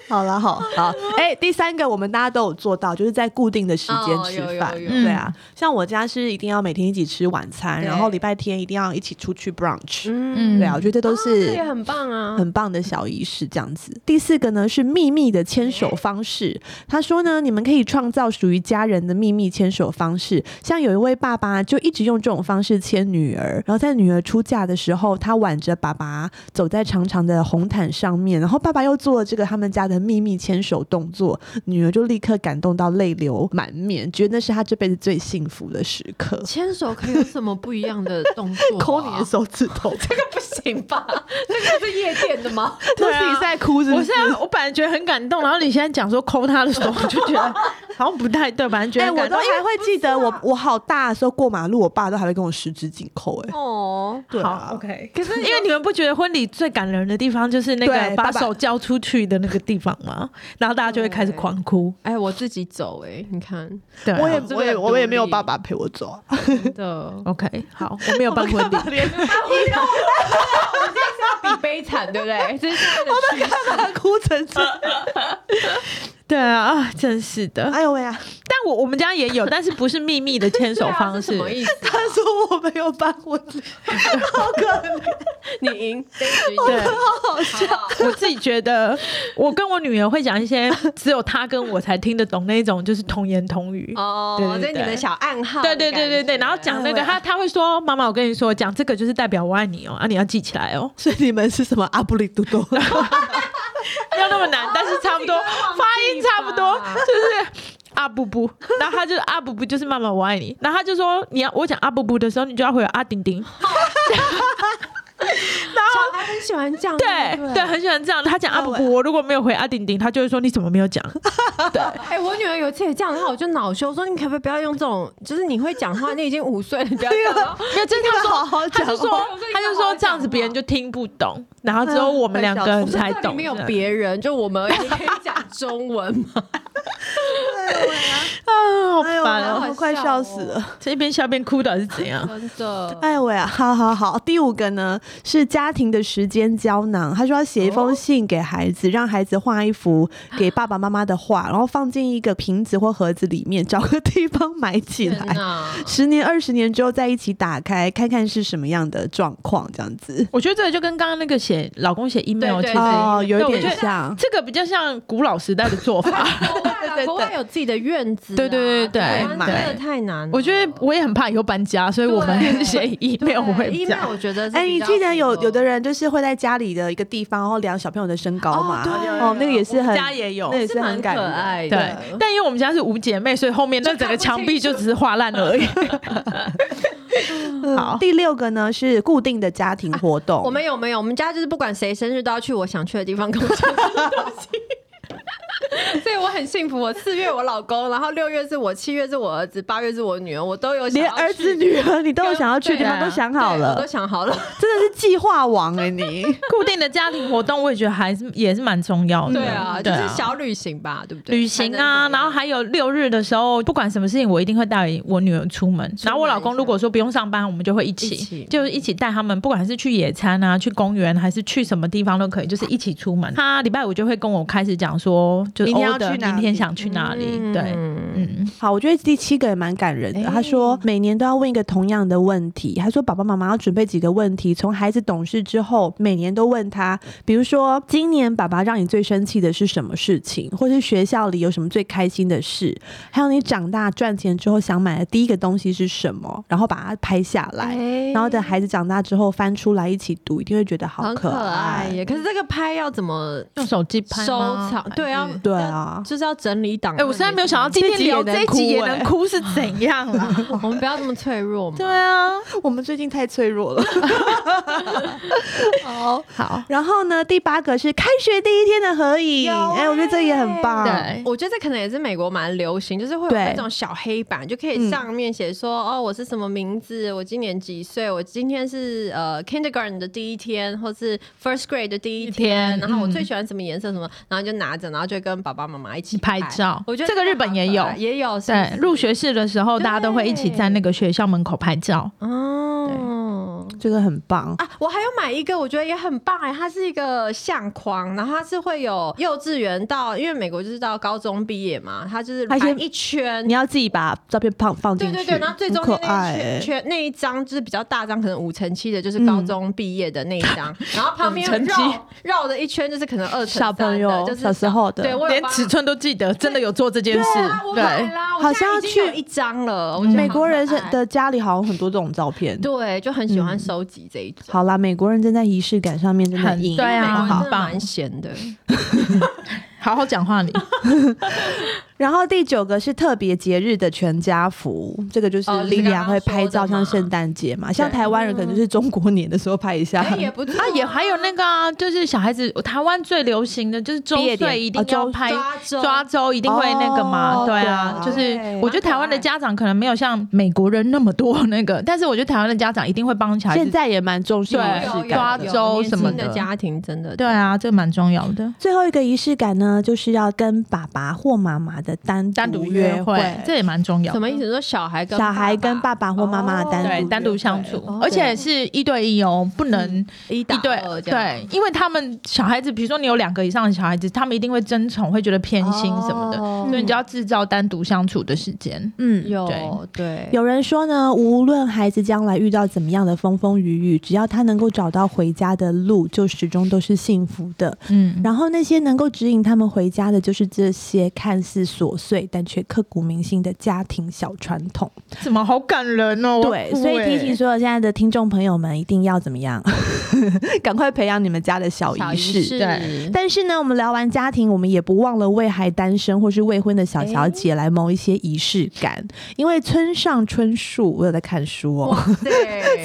[SPEAKER 1] 好了，好好，哎、第三个我们大家都有做到，就是在固定的时间
[SPEAKER 3] 哦
[SPEAKER 1] 吃
[SPEAKER 3] 有有
[SPEAKER 1] 饭，
[SPEAKER 3] 有嗯
[SPEAKER 1] 对啊，像我家是一定要每天一起吃晚餐，
[SPEAKER 3] 对
[SPEAKER 1] 然后礼拜天一定要一起出去 brunch，、
[SPEAKER 3] 嗯，
[SPEAKER 2] 嗯，
[SPEAKER 1] 对啊，我觉得这都
[SPEAKER 3] 这
[SPEAKER 1] 是
[SPEAKER 3] 也很棒啊，
[SPEAKER 1] 很棒的小仪式，这样子。第四个呢是秘密的牵手方式。他说呢，你们可以创造属于家人的秘密牵手方式。像有一位爸爸就一直用这种方式牵女儿，然后在女儿出嫁的时候，他挽着爸爸走在长长的红毯上面，然后爸爸又做了这个他们家的秘密牵手动作，女儿就立刻感动到泪流满面，觉得那是她这辈子最幸福的时 刻。
[SPEAKER 3] 牵手可以有什么不一样的动作、啊？
[SPEAKER 1] 抠你的手指头，
[SPEAKER 3] 这个不行吧？ 这个是夜店的吗？
[SPEAKER 1] 都是你在哭是不
[SPEAKER 2] 我
[SPEAKER 1] 是
[SPEAKER 2] 现？在我本来觉得很感动，然后你现在讲说抠他的时候，我就觉得好像不太对，反正觉
[SPEAKER 1] 哎、
[SPEAKER 2] 得很
[SPEAKER 1] 我
[SPEAKER 2] 感
[SPEAKER 1] 都
[SPEAKER 2] 动。
[SPEAKER 1] 还会记得
[SPEAKER 3] 不是
[SPEAKER 1] 我，
[SPEAKER 3] 啊
[SPEAKER 1] 我好大的时候过马路，我爸都还会跟我十指紧扣、哎、
[SPEAKER 3] 哦，
[SPEAKER 1] 对啊
[SPEAKER 2] 好，OK。可是 因为你们不觉得婚礼最感人的地方就是那
[SPEAKER 1] 对
[SPEAKER 2] 个
[SPEAKER 1] 爸
[SPEAKER 2] 把
[SPEAKER 1] 爸
[SPEAKER 2] 手交出去的那个地方吗？ 然后大家就会开始狂哭。
[SPEAKER 3] 哎，我自己走哎、你看，
[SPEAKER 2] 对啊，。
[SPEAKER 1] 我也
[SPEAKER 3] 这个
[SPEAKER 1] 我也
[SPEAKER 3] 很
[SPEAKER 1] 我也没有
[SPEAKER 3] 独立
[SPEAKER 1] 爸爸陪我走啊，
[SPEAKER 3] 真的
[SPEAKER 2] OK。好， 我没有办婚礼，
[SPEAKER 3] 比悲惨，对不对？这是他的趋势。
[SPEAKER 1] 爸爸哭成这 样，
[SPEAKER 2] 对啊，啊真是的。
[SPEAKER 1] 哎呦喂啊！
[SPEAKER 2] 但我我们家也有，但是不是秘密的牵手方 式
[SPEAKER 3] 啊什。么意思？
[SPEAKER 1] 他说我没有办婚礼，好可怜。
[SPEAKER 3] 你赢，
[SPEAKER 2] 对，
[SPEAKER 3] 好笑。
[SPEAKER 2] 我自己觉得，我跟我女儿会讲一些只有她跟我才听得懂那种，就是童言童语。
[SPEAKER 3] 哦，
[SPEAKER 2] 对对
[SPEAKER 3] 这是你
[SPEAKER 2] 对
[SPEAKER 3] 们小暗号。啊
[SPEAKER 2] 对对对对对，然后讲那个，
[SPEAKER 1] 哎
[SPEAKER 2] 她她会说：“妈妈，我跟你说，讲这个就是代表我爱你哦，啊，你要记起来哦，
[SPEAKER 1] 所以你们 是什么阿布里嘟 嘟？
[SPEAKER 2] 没有那么难，但是差不多，发音差不多，就是。”阿布布， 然后她就是阿布布，就是妈妈我爱你。然后她就说你要我讲阿布布的时候，你就要回阿丁 丁。
[SPEAKER 3] 小孩很喜欢这样，
[SPEAKER 2] 对
[SPEAKER 3] 不
[SPEAKER 2] 对，。很喜欢这样。她讲阿布
[SPEAKER 1] 哎
[SPEAKER 2] 布，我如果没有回阿丁丁，她就会说你怎么没有讲？
[SPEAKER 3] 哎，我女儿有一次也这样，然后我就恼羞，说你可不可以不要用这种，就是你会讲话，你已经五岁了，你不要讲了。
[SPEAKER 2] 没有， 真的
[SPEAKER 1] 你好好
[SPEAKER 2] 他
[SPEAKER 1] 讲
[SPEAKER 2] 就
[SPEAKER 1] 话
[SPEAKER 2] 说，他就说这样子别人就听不懂，然后只有我们两个人
[SPEAKER 3] 我说
[SPEAKER 2] 才
[SPEAKER 3] 这里
[SPEAKER 2] 懂。
[SPEAKER 3] 面有别人，就我们而已，可以讲中文吗？
[SPEAKER 2] 啊，好
[SPEAKER 1] 哎呦喂
[SPEAKER 2] 烦
[SPEAKER 1] 啊，
[SPEAKER 2] 哦！
[SPEAKER 1] 我快笑死了。
[SPEAKER 2] 这一边笑一边哭的是怎 样？
[SPEAKER 3] 真的，
[SPEAKER 1] 哎喂啊，好好好，第五个呢是家庭的时间胶囊。他说要写一
[SPEAKER 2] 哦
[SPEAKER 1] 封信给孩子，让孩子画一幅给爸爸妈妈的画，然后放进一个瓶子或盒子里面，找个地方埋起
[SPEAKER 3] 天
[SPEAKER 1] 来。
[SPEAKER 3] 哪！
[SPEAKER 1] 十年、二十年之后再一起打开，看看是什么样的状况，这样子。
[SPEAKER 2] 我觉得这个就跟刚刚那个写老公写 email 其
[SPEAKER 3] 对
[SPEAKER 2] 实
[SPEAKER 1] 哦，有一
[SPEAKER 2] 对我觉
[SPEAKER 1] 点
[SPEAKER 2] 得
[SPEAKER 1] 像。
[SPEAKER 2] 这个比较像古老时代的做法。
[SPEAKER 3] 国外啦国外有自己的院子啊，
[SPEAKER 2] 对对对对
[SPEAKER 3] 台湾
[SPEAKER 1] 对
[SPEAKER 3] 真的太难了。
[SPEAKER 2] 我觉得我也很怕以后搬家，所以我们还是写 email 会比
[SPEAKER 3] 因
[SPEAKER 2] 较
[SPEAKER 3] 为。我觉得是比较
[SPEAKER 1] 哎，你记得有有的
[SPEAKER 3] 人
[SPEAKER 1] 人就是会在家里的一个地方，然后量小朋友的身高嘛？
[SPEAKER 3] 哦对
[SPEAKER 1] 哦，那个也是
[SPEAKER 2] 我们
[SPEAKER 1] 很，
[SPEAKER 2] 家也有
[SPEAKER 1] 那也
[SPEAKER 3] 是
[SPEAKER 1] 很
[SPEAKER 3] 蛮可
[SPEAKER 1] 感人。
[SPEAKER 3] 爱
[SPEAKER 2] 对
[SPEAKER 3] 的，，
[SPEAKER 2] 但因为我们家是五姐妹，所以后面那整个墙壁就只是画 烂了而已。好
[SPEAKER 1] 嗯第六个呢是固定的家庭活动，
[SPEAKER 3] 啊我们有没有？我们家就是不管谁生日都要去我想去的地方跟我讲这些东西。 所以我很幸福，我四月我老公，然后六月是我，七月是我儿子，八月是我女儿，我都有想
[SPEAKER 1] 连
[SPEAKER 3] 要去
[SPEAKER 1] 儿子女儿你都有
[SPEAKER 3] 跟
[SPEAKER 1] 想要去的地
[SPEAKER 2] 对
[SPEAKER 1] 方
[SPEAKER 2] 啊
[SPEAKER 1] 都想
[SPEAKER 3] 对
[SPEAKER 1] 好
[SPEAKER 3] 我
[SPEAKER 1] 了
[SPEAKER 3] 都，想好了。
[SPEAKER 1] 真的是计划王哎、你
[SPEAKER 2] 固定的家庭活动，我也觉得还是也是蛮重要的。
[SPEAKER 3] 对啊，就是小旅行吧，对不对？
[SPEAKER 2] 嗯旅行啊，然后还有六日的时候，不管什么事情，我一定会带我女儿出门。然后我老公如果说不用上班，我们就会一起，
[SPEAKER 3] 一起
[SPEAKER 2] 就是一起带他们，不管是去野餐啊、去公园，还是去什么地方都可以，就是一起出门。他礼拜五就会跟我开始讲说，就是
[SPEAKER 1] 明天要
[SPEAKER 2] order，
[SPEAKER 1] 去哪里
[SPEAKER 2] 明天想去哪里，对。
[SPEAKER 3] 嗯，
[SPEAKER 2] 嗯，
[SPEAKER 1] 好，我觉得第七个也蛮感人的。哎他说每年都要问一个同样的问题，他说爸爸妈妈要准备几个问题，从孩子懂事之后，每年都问他，比如说今年爸爸让你最生气的是什么事情，或是学校里有什么最开心的事，还有你长大赚钱之后想买的第一个东西是什么，然后把它拍下来，
[SPEAKER 3] 哎
[SPEAKER 1] 然后等孩子长大之后翻出来一起读，一定会觉得好
[SPEAKER 3] 很可哦
[SPEAKER 1] 爱
[SPEAKER 3] 爱耶。可是这个拍要怎么
[SPEAKER 2] 嗯用手机拍
[SPEAKER 3] 收
[SPEAKER 2] 吗
[SPEAKER 3] 藏？对，
[SPEAKER 2] 还
[SPEAKER 3] 啊
[SPEAKER 2] 是，
[SPEAKER 1] 对
[SPEAKER 3] 要要就是要整理档案。
[SPEAKER 2] 哎，我实在没有想到今天聊这一集也能哭是怎样啊？
[SPEAKER 3] 我们不要这么脆弱嘛。
[SPEAKER 2] 对啊，
[SPEAKER 1] 我们最近太脆弱了。
[SPEAKER 3] 好好，
[SPEAKER 1] 然后呢，第八个是开学第一天的合影，
[SPEAKER 3] 有欸
[SPEAKER 1] 哎，我觉得这也很棒。
[SPEAKER 2] 对
[SPEAKER 3] 我觉得这可能也是美国蛮流行，就是会有
[SPEAKER 1] 对
[SPEAKER 3] 那种小黑板，就可以
[SPEAKER 1] 嗯
[SPEAKER 3] 上面写说、哦，我是什么名字，我今年几岁，我今天是呃 kindergarten 的第一天，或是 first grade 的第一
[SPEAKER 2] 一
[SPEAKER 3] 天，
[SPEAKER 2] 天
[SPEAKER 3] 然后我
[SPEAKER 2] 嗯
[SPEAKER 3] 最喜欢什么颜色什么，然后就拿着，然后就跟爸爸妈妈一起
[SPEAKER 2] 拍照
[SPEAKER 3] 我觉得
[SPEAKER 2] 这个日本也有
[SPEAKER 3] 好可爱也有是不
[SPEAKER 2] 对
[SPEAKER 3] 是，
[SPEAKER 2] 入学式的时候，大家都会一起在那个学校门口拍照。
[SPEAKER 3] 哦。
[SPEAKER 1] 这个很棒，
[SPEAKER 3] 啊，我还有买一个，我觉得也很棒哎、它是一个相框，然后它是会有幼稚园到，因为美国就是到高中毕业嘛，它就是
[SPEAKER 1] 它
[SPEAKER 3] 排
[SPEAKER 1] 先
[SPEAKER 3] 一圈
[SPEAKER 1] 你，要自己把照片放放进
[SPEAKER 3] 呃对
[SPEAKER 1] 去，
[SPEAKER 3] 对对，然后最中
[SPEAKER 1] 很可
[SPEAKER 3] 间那
[SPEAKER 1] 爱
[SPEAKER 3] 一圈
[SPEAKER 1] 欸。
[SPEAKER 3] 圈那一张就是比较大张，可能五乘七的，就是高中毕业的那一 张，然后旁边
[SPEAKER 2] 五乘七
[SPEAKER 3] 绕绕了一圈，就是可能二乘
[SPEAKER 1] 小朋
[SPEAKER 3] 三的
[SPEAKER 1] 友
[SPEAKER 3] 就是
[SPEAKER 1] 小时候的
[SPEAKER 3] 对，我有
[SPEAKER 2] 连
[SPEAKER 3] 帮
[SPEAKER 2] 尺寸都记得，真的有做这件事
[SPEAKER 3] 对啊，我。买啦，我
[SPEAKER 1] 好
[SPEAKER 3] 现在
[SPEAKER 1] 像
[SPEAKER 3] 已经
[SPEAKER 1] 去
[SPEAKER 3] 有一张了，我觉
[SPEAKER 2] 嗯
[SPEAKER 3] 得
[SPEAKER 1] 美国人
[SPEAKER 3] 好
[SPEAKER 1] 是嗯
[SPEAKER 3] 可爱
[SPEAKER 1] 的家里好像很多这种照片。
[SPEAKER 3] 对，就很喜欢收集这一种。
[SPEAKER 1] 好啦，美国人真在仪式感上面真的
[SPEAKER 2] 很
[SPEAKER 1] 赢，
[SPEAKER 2] 对啊
[SPEAKER 1] 非常
[SPEAKER 3] 美国人
[SPEAKER 1] 好
[SPEAKER 3] 真。的蛮闲的，
[SPEAKER 2] 好好讲话你。
[SPEAKER 1] 然后第九个是特别节日的全家福，这个就是
[SPEAKER 3] 哦就是
[SPEAKER 1] 莉莉
[SPEAKER 3] 刚
[SPEAKER 1] 安
[SPEAKER 3] 刚
[SPEAKER 1] 会拍照，
[SPEAKER 3] 说的
[SPEAKER 1] 像
[SPEAKER 3] 嘛
[SPEAKER 1] 圣诞节嘛，像台湾人可能就是中国年的时候拍一下。
[SPEAKER 3] 哎也不错
[SPEAKER 2] 啊，也还有 那个啊，就是小孩子，台湾最流行的就是周
[SPEAKER 1] 毕业典
[SPEAKER 2] 岁一定
[SPEAKER 1] 哦
[SPEAKER 2] 要
[SPEAKER 1] 周
[SPEAKER 2] 拍
[SPEAKER 3] 抓周
[SPEAKER 2] 抓周，一定会那个嘛，
[SPEAKER 1] 哦
[SPEAKER 2] 对啊，
[SPEAKER 1] 对
[SPEAKER 2] 就是
[SPEAKER 1] 对
[SPEAKER 2] 我觉得台湾的家长可能没有像美国人那么多那个，但是我觉得台湾的家长一定会帮小 孩
[SPEAKER 1] 现
[SPEAKER 2] 子。
[SPEAKER 1] 在也蛮重视仪
[SPEAKER 2] 对
[SPEAKER 1] 式
[SPEAKER 3] 有有
[SPEAKER 1] 感
[SPEAKER 3] 有
[SPEAKER 1] 的
[SPEAKER 2] 抓周什么
[SPEAKER 3] 年轻的
[SPEAKER 2] 的
[SPEAKER 3] 家庭真的
[SPEAKER 2] 对，啊，这蛮重要的，
[SPEAKER 1] 最后一个仪式感呢，就是要跟爸爸或妈妈的单
[SPEAKER 2] 单独
[SPEAKER 1] 独
[SPEAKER 2] 约
[SPEAKER 1] 会，
[SPEAKER 2] 会这也蛮重要
[SPEAKER 3] 什
[SPEAKER 2] 的。
[SPEAKER 3] 么意思？说小孩跟
[SPEAKER 1] 小孩跟爸爸或妈妈的
[SPEAKER 2] 对，单独
[SPEAKER 1] 约
[SPEAKER 2] 相
[SPEAKER 1] 会
[SPEAKER 2] 处
[SPEAKER 3] 哦，
[SPEAKER 2] 而且是一对一哦，不能
[SPEAKER 3] 一
[SPEAKER 2] 一
[SPEAKER 3] 打
[SPEAKER 2] 对
[SPEAKER 1] 哦
[SPEAKER 3] 二这样
[SPEAKER 2] 对，因为他们小孩子，比如说你有两个以上的小孩子，他们一定会争宠，会觉得偏心什么的，
[SPEAKER 3] 哦
[SPEAKER 2] 所以你就要制造单独相处的时间。
[SPEAKER 1] 嗯，
[SPEAKER 3] 有对
[SPEAKER 1] 有人说呢，无论孩子将来遇到怎么样的风风雨雨，只要他能够找到回家的路，就始终都是幸福的。
[SPEAKER 2] 嗯，
[SPEAKER 1] 然后那些能够指引他们回家的，就是这些看似琐碎但却刻骨铭心的家庭小传统。
[SPEAKER 2] 怎么好感人哦？
[SPEAKER 1] 对，所以提醒所有现在的听众朋友们，一定要怎么样， 赶快培养你们家的小
[SPEAKER 3] 小
[SPEAKER 1] 仪式。
[SPEAKER 3] 对
[SPEAKER 1] 但是呢，我们聊完家庭，我们也不忘了为还单身或是未婚的小小姐来谋一些仪式感。因为村上春树，我有在看书哦，
[SPEAKER 3] 对。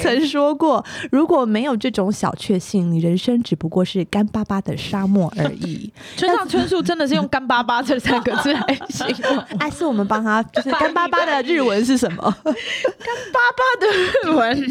[SPEAKER 1] 曾说过，如果没有这种小确幸，你人生只不过是干巴巴的沙漠而 已。
[SPEAKER 2] 村上春树真的是用“干巴巴”这三个字来形 容，
[SPEAKER 1] 哎，是我们帮他，就是干 巴巴的日文是什么？
[SPEAKER 2] 日 文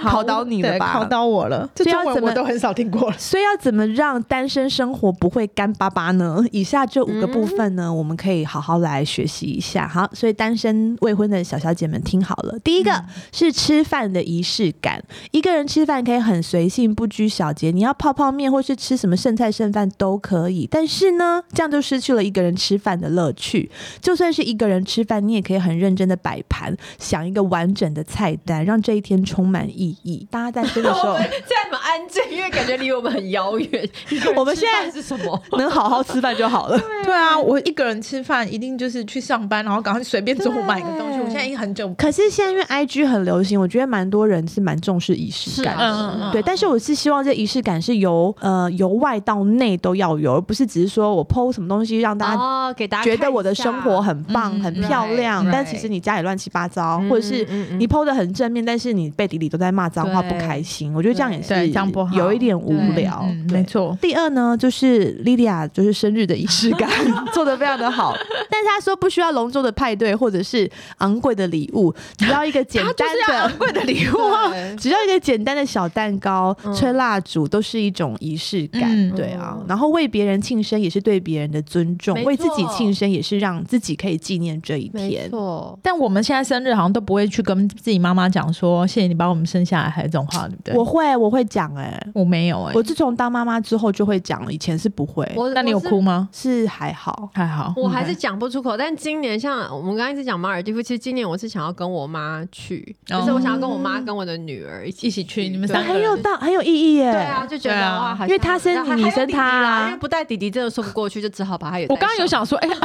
[SPEAKER 1] 考倒你了吧
[SPEAKER 2] 对考到我了。这
[SPEAKER 1] 所以要
[SPEAKER 2] 中文
[SPEAKER 1] 怎么
[SPEAKER 2] 我都很少听过了。
[SPEAKER 1] 所以要怎么让单身生活不会干巴巴呢？以下这五个部分呢，我们可以好好来学习一下。好，所以单身未婚的小小姐们听好了，第一个是吃饭的仪式感，一个人吃饭可以很随性，不拘小节，你要泡泡面或是吃什么剩菜剩饭都可以。但是呢，这样就失去了一个人吃饭的乐趣。就算是一个人吃饭，你也可以很认真的摆盘，想一个完整的菜单，让这一天充满意义。大家单身的时候
[SPEAKER 3] 现在很安静，因为感觉离我们很遥远。
[SPEAKER 1] 我们现在
[SPEAKER 3] 吃饭是什么？
[SPEAKER 1] 能好好吃饭就好了。
[SPEAKER 2] 对啊，我一个人吃饭一定就是去上班，然后赶快随便中午买个东西。我现在已经很久
[SPEAKER 1] 可是现在因为 I G 很流行，我觉得蛮多人是蛮重视仪式
[SPEAKER 3] 是
[SPEAKER 1] 感
[SPEAKER 3] 啊
[SPEAKER 1] 的。
[SPEAKER 2] 嗯嗯嗯
[SPEAKER 1] 对，但是我是希望这仪式感是由呃由外到内都要有，而不是只是说我 PO 什么东西让大家
[SPEAKER 3] 哦，给大家
[SPEAKER 1] 觉得我的生活很棒、
[SPEAKER 2] 嗯
[SPEAKER 1] 很漂亮
[SPEAKER 3] right，，
[SPEAKER 1] 但
[SPEAKER 3] right
[SPEAKER 1] 其实你家里乱七八糟，
[SPEAKER 3] 嗯
[SPEAKER 1] 或者是
[SPEAKER 3] 嗯嗯
[SPEAKER 1] 你 PO 的很正面，但是你背地里都在骂脏话，
[SPEAKER 3] 对
[SPEAKER 1] 不开心。我觉得这样也是
[SPEAKER 2] 对这样不好
[SPEAKER 1] 有一点无聊
[SPEAKER 2] 嗯。
[SPEAKER 1] 对
[SPEAKER 2] 没错。
[SPEAKER 1] 第二呢，就是莉莉亚就是生日的仪式感做得非常的好，但是她说不需要隆重的派对或者是昂贵的礼物，只要一个简单
[SPEAKER 2] 她就是要
[SPEAKER 1] 的
[SPEAKER 2] 昂贵的礼物啊，
[SPEAKER 3] 对
[SPEAKER 1] 只要一个简单的小蛋糕、
[SPEAKER 3] 嗯
[SPEAKER 1] 吹蜡烛都是一种仪式感，
[SPEAKER 2] 嗯
[SPEAKER 1] 对啊
[SPEAKER 3] 嗯。
[SPEAKER 1] 然后为别人庆生也是对别人的尊重
[SPEAKER 3] 没，错
[SPEAKER 1] 为自己庆生也是让自己可以纪念这一
[SPEAKER 3] 没
[SPEAKER 1] 天。
[SPEAKER 3] 错。
[SPEAKER 2] 但我们现在生日好像都不会去跟自己妈妈讲说谢谢你把我们生下来，还有这种话，对不对？
[SPEAKER 1] 我会，我会讲哎、
[SPEAKER 2] 我没有哎、
[SPEAKER 1] 我自从当妈妈之后就会讲了，以前是不会，
[SPEAKER 3] 我
[SPEAKER 2] 那你有
[SPEAKER 3] 我是
[SPEAKER 2] 哭吗？
[SPEAKER 1] 是还好。
[SPEAKER 2] 还好，嗯
[SPEAKER 3] 我还是讲不出口，但今年像我们刚刚一直讲马尔地夫，其实今年我是想要跟我妈去，
[SPEAKER 2] 哦
[SPEAKER 3] 就是我想要跟我妈跟我的女儿一起
[SPEAKER 2] 一起去你们
[SPEAKER 3] 对
[SPEAKER 2] 三个
[SPEAKER 1] 很
[SPEAKER 2] 人
[SPEAKER 1] 有道，很有意义耶、
[SPEAKER 3] 对啊，就觉得
[SPEAKER 2] 对啊
[SPEAKER 3] 哇，好像
[SPEAKER 1] 因为他生你
[SPEAKER 3] 还有
[SPEAKER 1] 你生
[SPEAKER 3] 弟弟
[SPEAKER 1] 他
[SPEAKER 3] 啦
[SPEAKER 1] 啊
[SPEAKER 3] 因为不带弟弟真的说不过去，就只好把他也带
[SPEAKER 2] 我刚刚有
[SPEAKER 3] 上，
[SPEAKER 2] 想说，哎、啊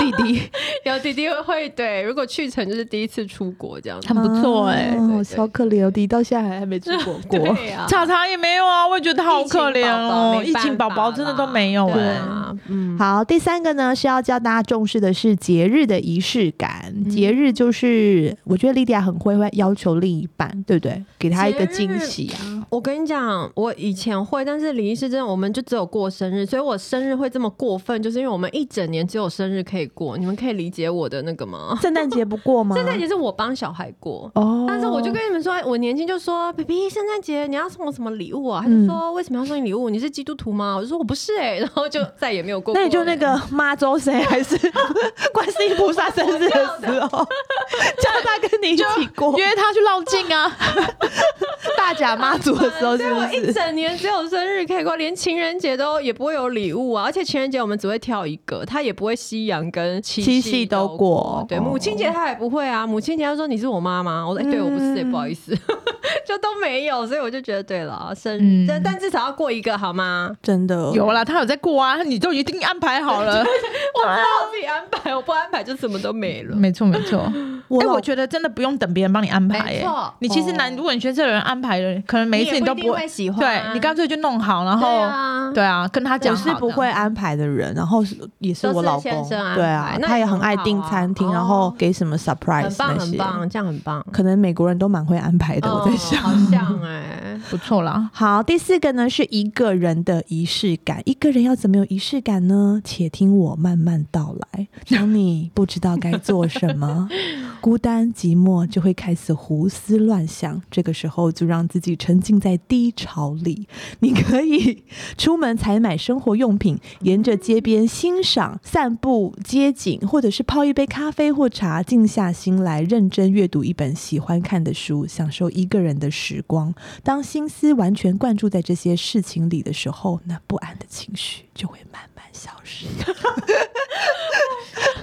[SPEAKER 2] 弟弟
[SPEAKER 3] 有弟弟会对，如果去程就是第一次出国这样子，
[SPEAKER 2] 很不错哎、
[SPEAKER 1] 哦
[SPEAKER 3] 欸对对
[SPEAKER 1] 小可怜哦，弟到现在还还 没出过国。
[SPEAKER 3] 对啊，
[SPEAKER 2] 查查也没有啊，我也觉得他好可怜哦，
[SPEAKER 3] 疫
[SPEAKER 2] 疫
[SPEAKER 3] 情
[SPEAKER 2] 情
[SPEAKER 3] 宝宝没办法
[SPEAKER 2] 宝宝
[SPEAKER 3] 啦
[SPEAKER 2] 真的都没有哎、
[SPEAKER 3] 对啊
[SPEAKER 1] 嗯，好，第三个呢是要教大家重视的是节日的仪式感。节
[SPEAKER 3] 嗯
[SPEAKER 1] 日就是，我觉得莉迪亚很会会要求另一半，对不对？给他一个惊喜啊，
[SPEAKER 3] 我跟你讲，我以前会，但是李医师真的，我们就只有过生日，所以我生日会这么过分，就是因为我们一整年只有生日可以过。你们可以理解我的那个吗？
[SPEAKER 1] 圣诞节不过吗？
[SPEAKER 3] 圣诞节是我帮小孩过。
[SPEAKER 1] 哦，
[SPEAKER 3] 但是我就跟你们说，我年轻就说，baby，圣诞节你要送我什么礼物啊？他就说为什么要送你礼物？你是基督徒吗？我就说我不是哎、然后就再也没有过过
[SPEAKER 1] 那
[SPEAKER 3] 了。欸
[SPEAKER 1] 你就那个妈周谁还是 观世音菩萨生日的时候， 叫他跟你一起过
[SPEAKER 2] 约他去绕境啊，
[SPEAKER 1] 大甲妈祖的时候，
[SPEAKER 3] 所
[SPEAKER 1] 是
[SPEAKER 3] 以
[SPEAKER 1] 不
[SPEAKER 3] 我一
[SPEAKER 1] 是？
[SPEAKER 3] 整年只有生日可以过，连情人节都也不会有礼物啊。而且情人节我们只会挑一个，他也不会西洋跟七
[SPEAKER 1] 七
[SPEAKER 3] 夕
[SPEAKER 1] 夕都过
[SPEAKER 3] 对，
[SPEAKER 1] 哦
[SPEAKER 3] 母亲节他也不会啊。母亲节他说你是我妈妈，我说、哎对我不是、
[SPEAKER 1] 嗯
[SPEAKER 3] 不好意思， 就都没有。所以我就觉得对了，生日、
[SPEAKER 2] 嗯
[SPEAKER 3] 但但至少要过一个好吗？
[SPEAKER 1] 真的
[SPEAKER 2] 有啦，他有在过啊，你都已经安排好 了，
[SPEAKER 1] 啊
[SPEAKER 3] 我知道我自己安排，我不安排就什么都没了。
[SPEAKER 2] 没错没错。
[SPEAKER 1] 我
[SPEAKER 2] 哎、
[SPEAKER 1] 老
[SPEAKER 2] 我觉得真的不用等别人帮你安排、
[SPEAKER 3] 没
[SPEAKER 2] 哎
[SPEAKER 3] 错哦
[SPEAKER 2] 你其实难，如果你觉得这个人安排了，可能每一次
[SPEAKER 3] 你也
[SPEAKER 2] 都
[SPEAKER 3] 不一
[SPEAKER 2] 不
[SPEAKER 3] 定会喜欢啊
[SPEAKER 2] 对你干脆就弄好，然后
[SPEAKER 3] 对啊
[SPEAKER 2] 对啊跟他讲
[SPEAKER 1] 我
[SPEAKER 2] 好
[SPEAKER 1] 是
[SPEAKER 2] 的，
[SPEAKER 1] 不会安排的人，然后是也是
[SPEAKER 3] 都
[SPEAKER 1] 我
[SPEAKER 3] 是
[SPEAKER 1] 老公
[SPEAKER 3] 先生安，排
[SPEAKER 1] 对啊，
[SPEAKER 3] 那
[SPEAKER 1] 他
[SPEAKER 3] 也
[SPEAKER 1] 也很
[SPEAKER 3] 很
[SPEAKER 1] 爱
[SPEAKER 3] 好
[SPEAKER 1] 订
[SPEAKER 3] 啊
[SPEAKER 1] 餐厅，
[SPEAKER 3] 哦
[SPEAKER 1] 然后给什么 surprise
[SPEAKER 3] 很棒
[SPEAKER 1] 啊那
[SPEAKER 3] 很
[SPEAKER 1] 些。
[SPEAKER 3] 棒，这样很棒。
[SPEAKER 1] 可能美国人都蛮会安排的，我在想。
[SPEAKER 3] 嗯好 像哎、
[SPEAKER 2] 不错啦。
[SPEAKER 1] 好，第四个呢是一个人的仪式感。一个人要怎么有仪式感呢？且听我慢慢道来。当你不知道该做什么， 孤单寂寞就会开始胡思乱想。这个时候就让自己沉浸在低潮里。你可以出门采买生活用品，沿着街边欣赏、散步、街景，或者是泡一杯咖啡或茶，静下心来认真阅读一本喜欢看的书，享受一个人的时光。当心思完全灌注在这些事情里的时候，那不安的情绪就会慢慢消 失。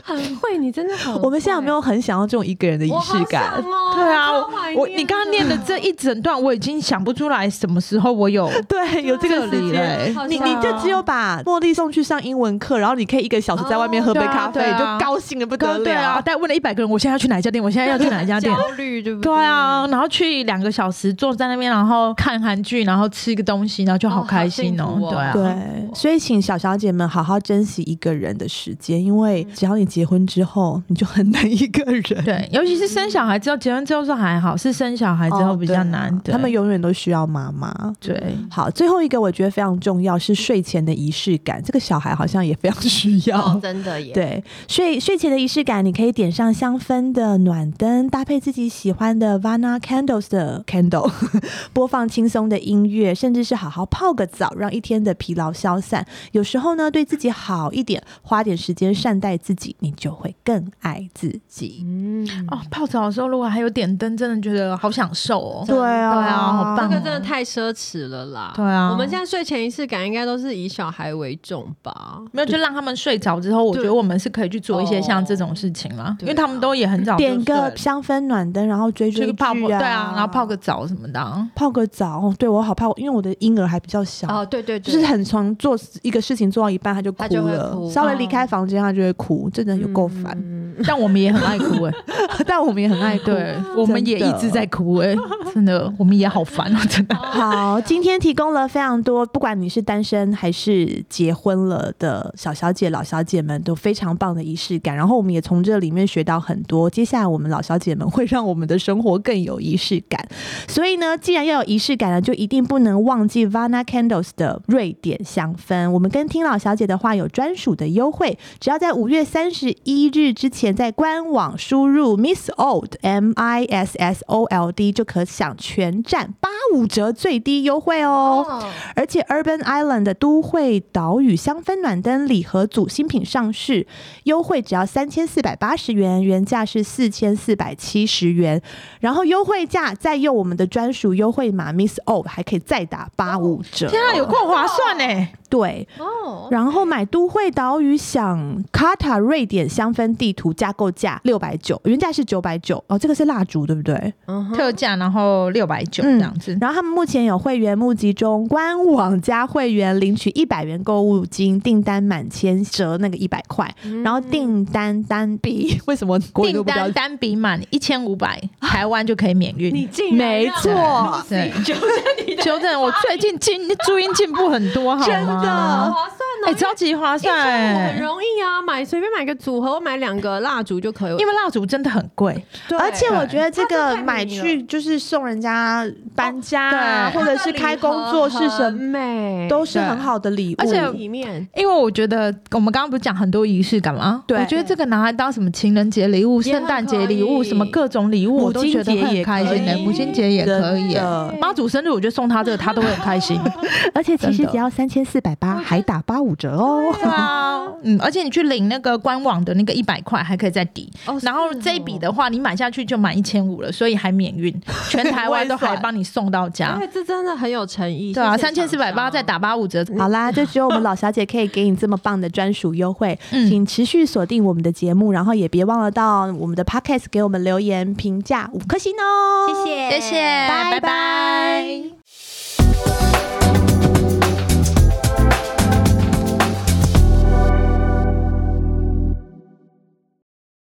[SPEAKER 3] 很会，你真的很会。
[SPEAKER 1] 我们现在有没有很想要这种一个人的仪
[SPEAKER 3] 我好
[SPEAKER 1] 式感
[SPEAKER 3] 想？哦、
[SPEAKER 2] 对啊，
[SPEAKER 3] 超
[SPEAKER 2] 我
[SPEAKER 3] 怀
[SPEAKER 2] 我
[SPEAKER 3] 念哦
[SPEAKER 2] 你刚
[SPEAKER 3] 的
[SPEAKER 2] 刚念的这一整段，我已经想不出来什么时候我 有
[SPEAKER 1] 对，有这个
[SPEAKER 2] 这哎
[SPEAKER 1] 时
[SPEAKER 2] 里
[SPEAKER 1] 间。
[SPEAKER 2] 嘞。
[SPEAKER 3] 好
[SPEAKER 1] 你
[SPEAKER 3] 像
[SPEAKER 1] 你就只有把茉莉送去上英文课，然后你可以一个小时在外面喝杯咖啡，
[SPEAKER 2] 哦对啊对啊
[SPEAKER 1] 就高兴的不得了。
[SPEAKER 2] 对啊，但问了一百个人，我现在要去哪一家店？我现 在要去哪一家店？
[SPEAKER 3] 哦焦虑，对不哦对？
[SPEAKER 2] 对啊，然后去两个小时坐在那边，然后看韩剧，然后吃一个东西，然后就好开心
[SPEAKER 3] 哦好
[SPEAKER 2] 哦
[SPEAKER 3] 幸。福哦
[SPEAKER 2] 对啊，
[SPEAKER 1] 对，所以请小小姐们好好珍惜一个人的时间，因为只要你结婚之后，你就很难一个人。
[SPEAKER 2] 对，尤其是生小孩之后，结婚之后是还好，是生小孩之后比较难。
[SPEAKER 1] 哦对
[SPEAKER 2] 对
[SPEAKER 1] 他们永远都需要妈妈。
[SPEAKER 2] 对，
[SPEAKER 1] 好，最后一个我觉得非常重要是睡前的仪式感，这个小孩好像也非常需要。
[SPEAKER 3] 哦，真的耶。
[SPEAKER 1] 对，睡睡前的仪式感，你可以点上香氛的暖灯，搭配自己喜欢的 Vana Candles 的 candle，播 放轻松的音乐，甚至是好好泡个澡，让一天的疲劳消散。有时候呢，对自己好一点，花点时间善待自己，你就会更爱自己。
[SPEAKER 3] 嗯，
[SPEAKER 2] 哦，泡澡的时候如果还有点灯，真的觉得好享受哦。
[SPEAKER 1] 对啊，
[SPEAKER 2] 对啊好
[SPEAKER 3] 这
[SPEAKER 2] 棒
[SPEAKER 3] 个
[SPEAKER 2] 哦
[SPEAKER 3] 真的太奢侈了啦。
[SPEAKER 2] 对啊
[SPEAKER 3] 我们现在睡前仪式感应该都是以小孩为重吧？
[SPEAKER 2] 没有，就让他们睡着之后，我觉得我们是可以去做一些像这种事情啦，因为他们都也很早
[SPEAKER 1] 哦
[SPEAKER 2] 就
[SPEAKER 1] 啊点
[SPEAKER 2] 睡
[SPEAKER 1] 个
[SPEAKER 2] 了
[SPEAKER 1] 香氛暖灯，然后追
[SPEAKER 2] 去
[SPEAKER 1] 追
[SPEAKER 2] 个
[SPEAKER 1] 剧
[SPEAKER 2] 泡
[SPEAKER 1] 啊，
[SPEAKER 2] 沫，对啊，然后泡个澡什么的啊。
[SPEAKER 1] 泡个澡。哦对我好怕，因为我的婴儿还比较小，
[SPEAKER 3] 哦，对对对，
[SPEAKER 1] 就是很常做一个事情做到一半他就哭
[SPEAKER 3] 他就会
[SPEAKER 1] 了，
[SPEAKER 3] 哭
[SPEAKER 1] 稍微
[SPEAKER 2] 哦
[SPEAKER 1] 离开房间他就会哭，真的有够烦。
[SPEAKER 3] 嗯
[SPEAKER 2] 但我们也很爱哭哎、
[SPEAKER 1] 但我们也很爱哭。
[SPEAKER 2] 对，我们也一直在哭哎、真的，我们也好烦哦、真的。
[SPEAKER 1] 好，今天提供了非常多，不管你是单身还是结婚了的小小姐、老小姐们，都非常棒的仪式感。然后我们也从这里面学到很多。接下来我们老小姐们会让我们的生活更有仪式感。所以呢，既然要有仪式感呢，就一定不能忘记 Vana Candles 的瑞典香氛。我们跟听老小姐的话有专属的优惠，只要在五月三十一日之前，在官网输入 Miss Old M I S S O L D 就可享全站八五折最低优惠哦。
[SPEAKER 3] 哦，
[SPEAKER 1] 而且 Urban Island 的都会岛屿香氛暖灯礼盒组新品上市，优惠只要三千四百八十元，原价是四千四百七十元，然后优惠价再用我们的专属优惠码 Miss O 还可以再打八五折。
[SPEAKER 2] 天啊，有够划算哎、
[SPEAKER 1] 欸对，
[SPEAKER 3] 哦，
[SPEAKER 1] 然后买都会岛屿享卡塔瑞典香氛地图加购价六百九，原价是九百九哦，这个是蜡烛对不对？
[SPEAKER 3] 嗯哼
[SPEAKER 2] 特价然后六百九
[SPEAKER 1] 嗯
[SPEAKER 2] 这样子。
[SPEAKER 1] 然后他们目前有会员募集中，官网加会员领取一百元购物金，订单满千折那个一百块，然后订单单笔 为什么国语
[SPEAKER 2] 嗯订
[SPEAKER 1] 都不了
[SPEAKER 2] 单
[SPEAKER 1] 解？
[SPEAKER 2] 单笔满一千五百，台湾就可以 免运。
[SPEAKER 3] 你竟然
[SPEAKER 1] 没
[SPEAKER 3] 让
[SPEAKER 1] 错，
[SPEAKER 2] 对，纠正我最近进注音进步很多，好
[SPEAKER 1] 真
[SPEAKER 2] 吗？
[SPEAKER 1] 的
[SPEAKER 3] 好划算哦
[SPEAKER 2] 哎、超级划算、
[SPEAKER 3] 很
[SPEAKER 2] 哎
[SPEAKER 3] 容易啊，买随便买个组合，我买两个蜡烛就可以了。
[SPEAKER 2] 因为蜡烛真的很贵，
[SPEAKER 3] 对
[SPEAKER 1] 而且我觉得这
[SPEAKER 3] 它
[SPEAKER 1] 个
[SPEAKER 3] 这太
[SPEAKER 1] 买
[SPEAKER 3] 迷了
[SPEAKER 1] 去就是送人家搬家啊，
[SPEAKER 2] 哦对
[SPEAKER 1] 或者是开工作室什
[SPEAKER 3] 很
[SPEAKER 1] 么，
[SPEAKER 3] 美，
[SPEAKER 1] 都是很好的礼物。
[SPEAKER 2] 而且
[SPEAKER 3] 体面。
[SPEAKER 2] 因为我觉得我们刚刚不是讲很多仪式感吗？
[SPEAKER 1] 对
[SPEAKER 2] 我觉得这个拿来当什么情人节礼物、
[SPEAKER 3] 也很
[SPEAKER 2] 圣诞节礼物，
[SPEAKER 3] 可以
[SPEAKER 2] 什么各种礼物，
[SPEAKER 1] 母
[SPEAKER 2] 我都
[SPEAKER 1] 亲
[SPEAKER 2] 觉得
[SPEAKER 1] 节
[SPEAKER 2] 会
[SPEAKER 1] 也
[SPEAKER 2] 很开心
[SPEAKER 1] 欸
[SPEAKER 2] 的。
[SPEAKER 3] 可以
[SPEAKER 2] 母亲节也可
[SPEAKER 1] 真
[SPEAKER 2] 以
[SPEAKER 1] 的，
[SPEAKER 2] 妈祖生日我觉得送他这个，他都会很 开心。
[SPEAKER 1] 而且其实
[SPEAKER 2] 真的
[SPEAKER 1] 只要三千四百八，还打八五折哦。
[SPEAKER 2] 对啊， 嗯，而且你去领那个官网的那个一百块，还可以再抵。
[SPEAKER 3] 哦
[SPEAKER 2] 然后
[SPEAKER 3] 是哦
[SPEAKER 2] 这一笔的话，你买下去就满一千五了，所以还免运，全台湾都还帮你送到家
[SPEAKER 3] 哎。，这真的很有诚意。
[SPEAKER 2] 对啊，
[SPEAKER 3] 谢谢
[SPEAKER 2] 三千四百
[SPEAKER 3] 厂
[SPEAKER 2] 八
[SPEAKER 3] 商
[SPEAKER 2] 再打八五折，
[SPEAKER 1] 好啦，就只有我们老小姐可以给你这么棒的专属优惠，
[SPEAKER 2] 嗯
[SPEAKER 1] 请持续锁定我们的节目，然后也别忘了到我们的 podcast 给我们留言评价五颗星哦。
[SPEAKER 4] 谢谢，
[SPEAKER 2] 谢谢，拜
[SPEAKER 1] 拜拜
[SPEAKER 2] 拜。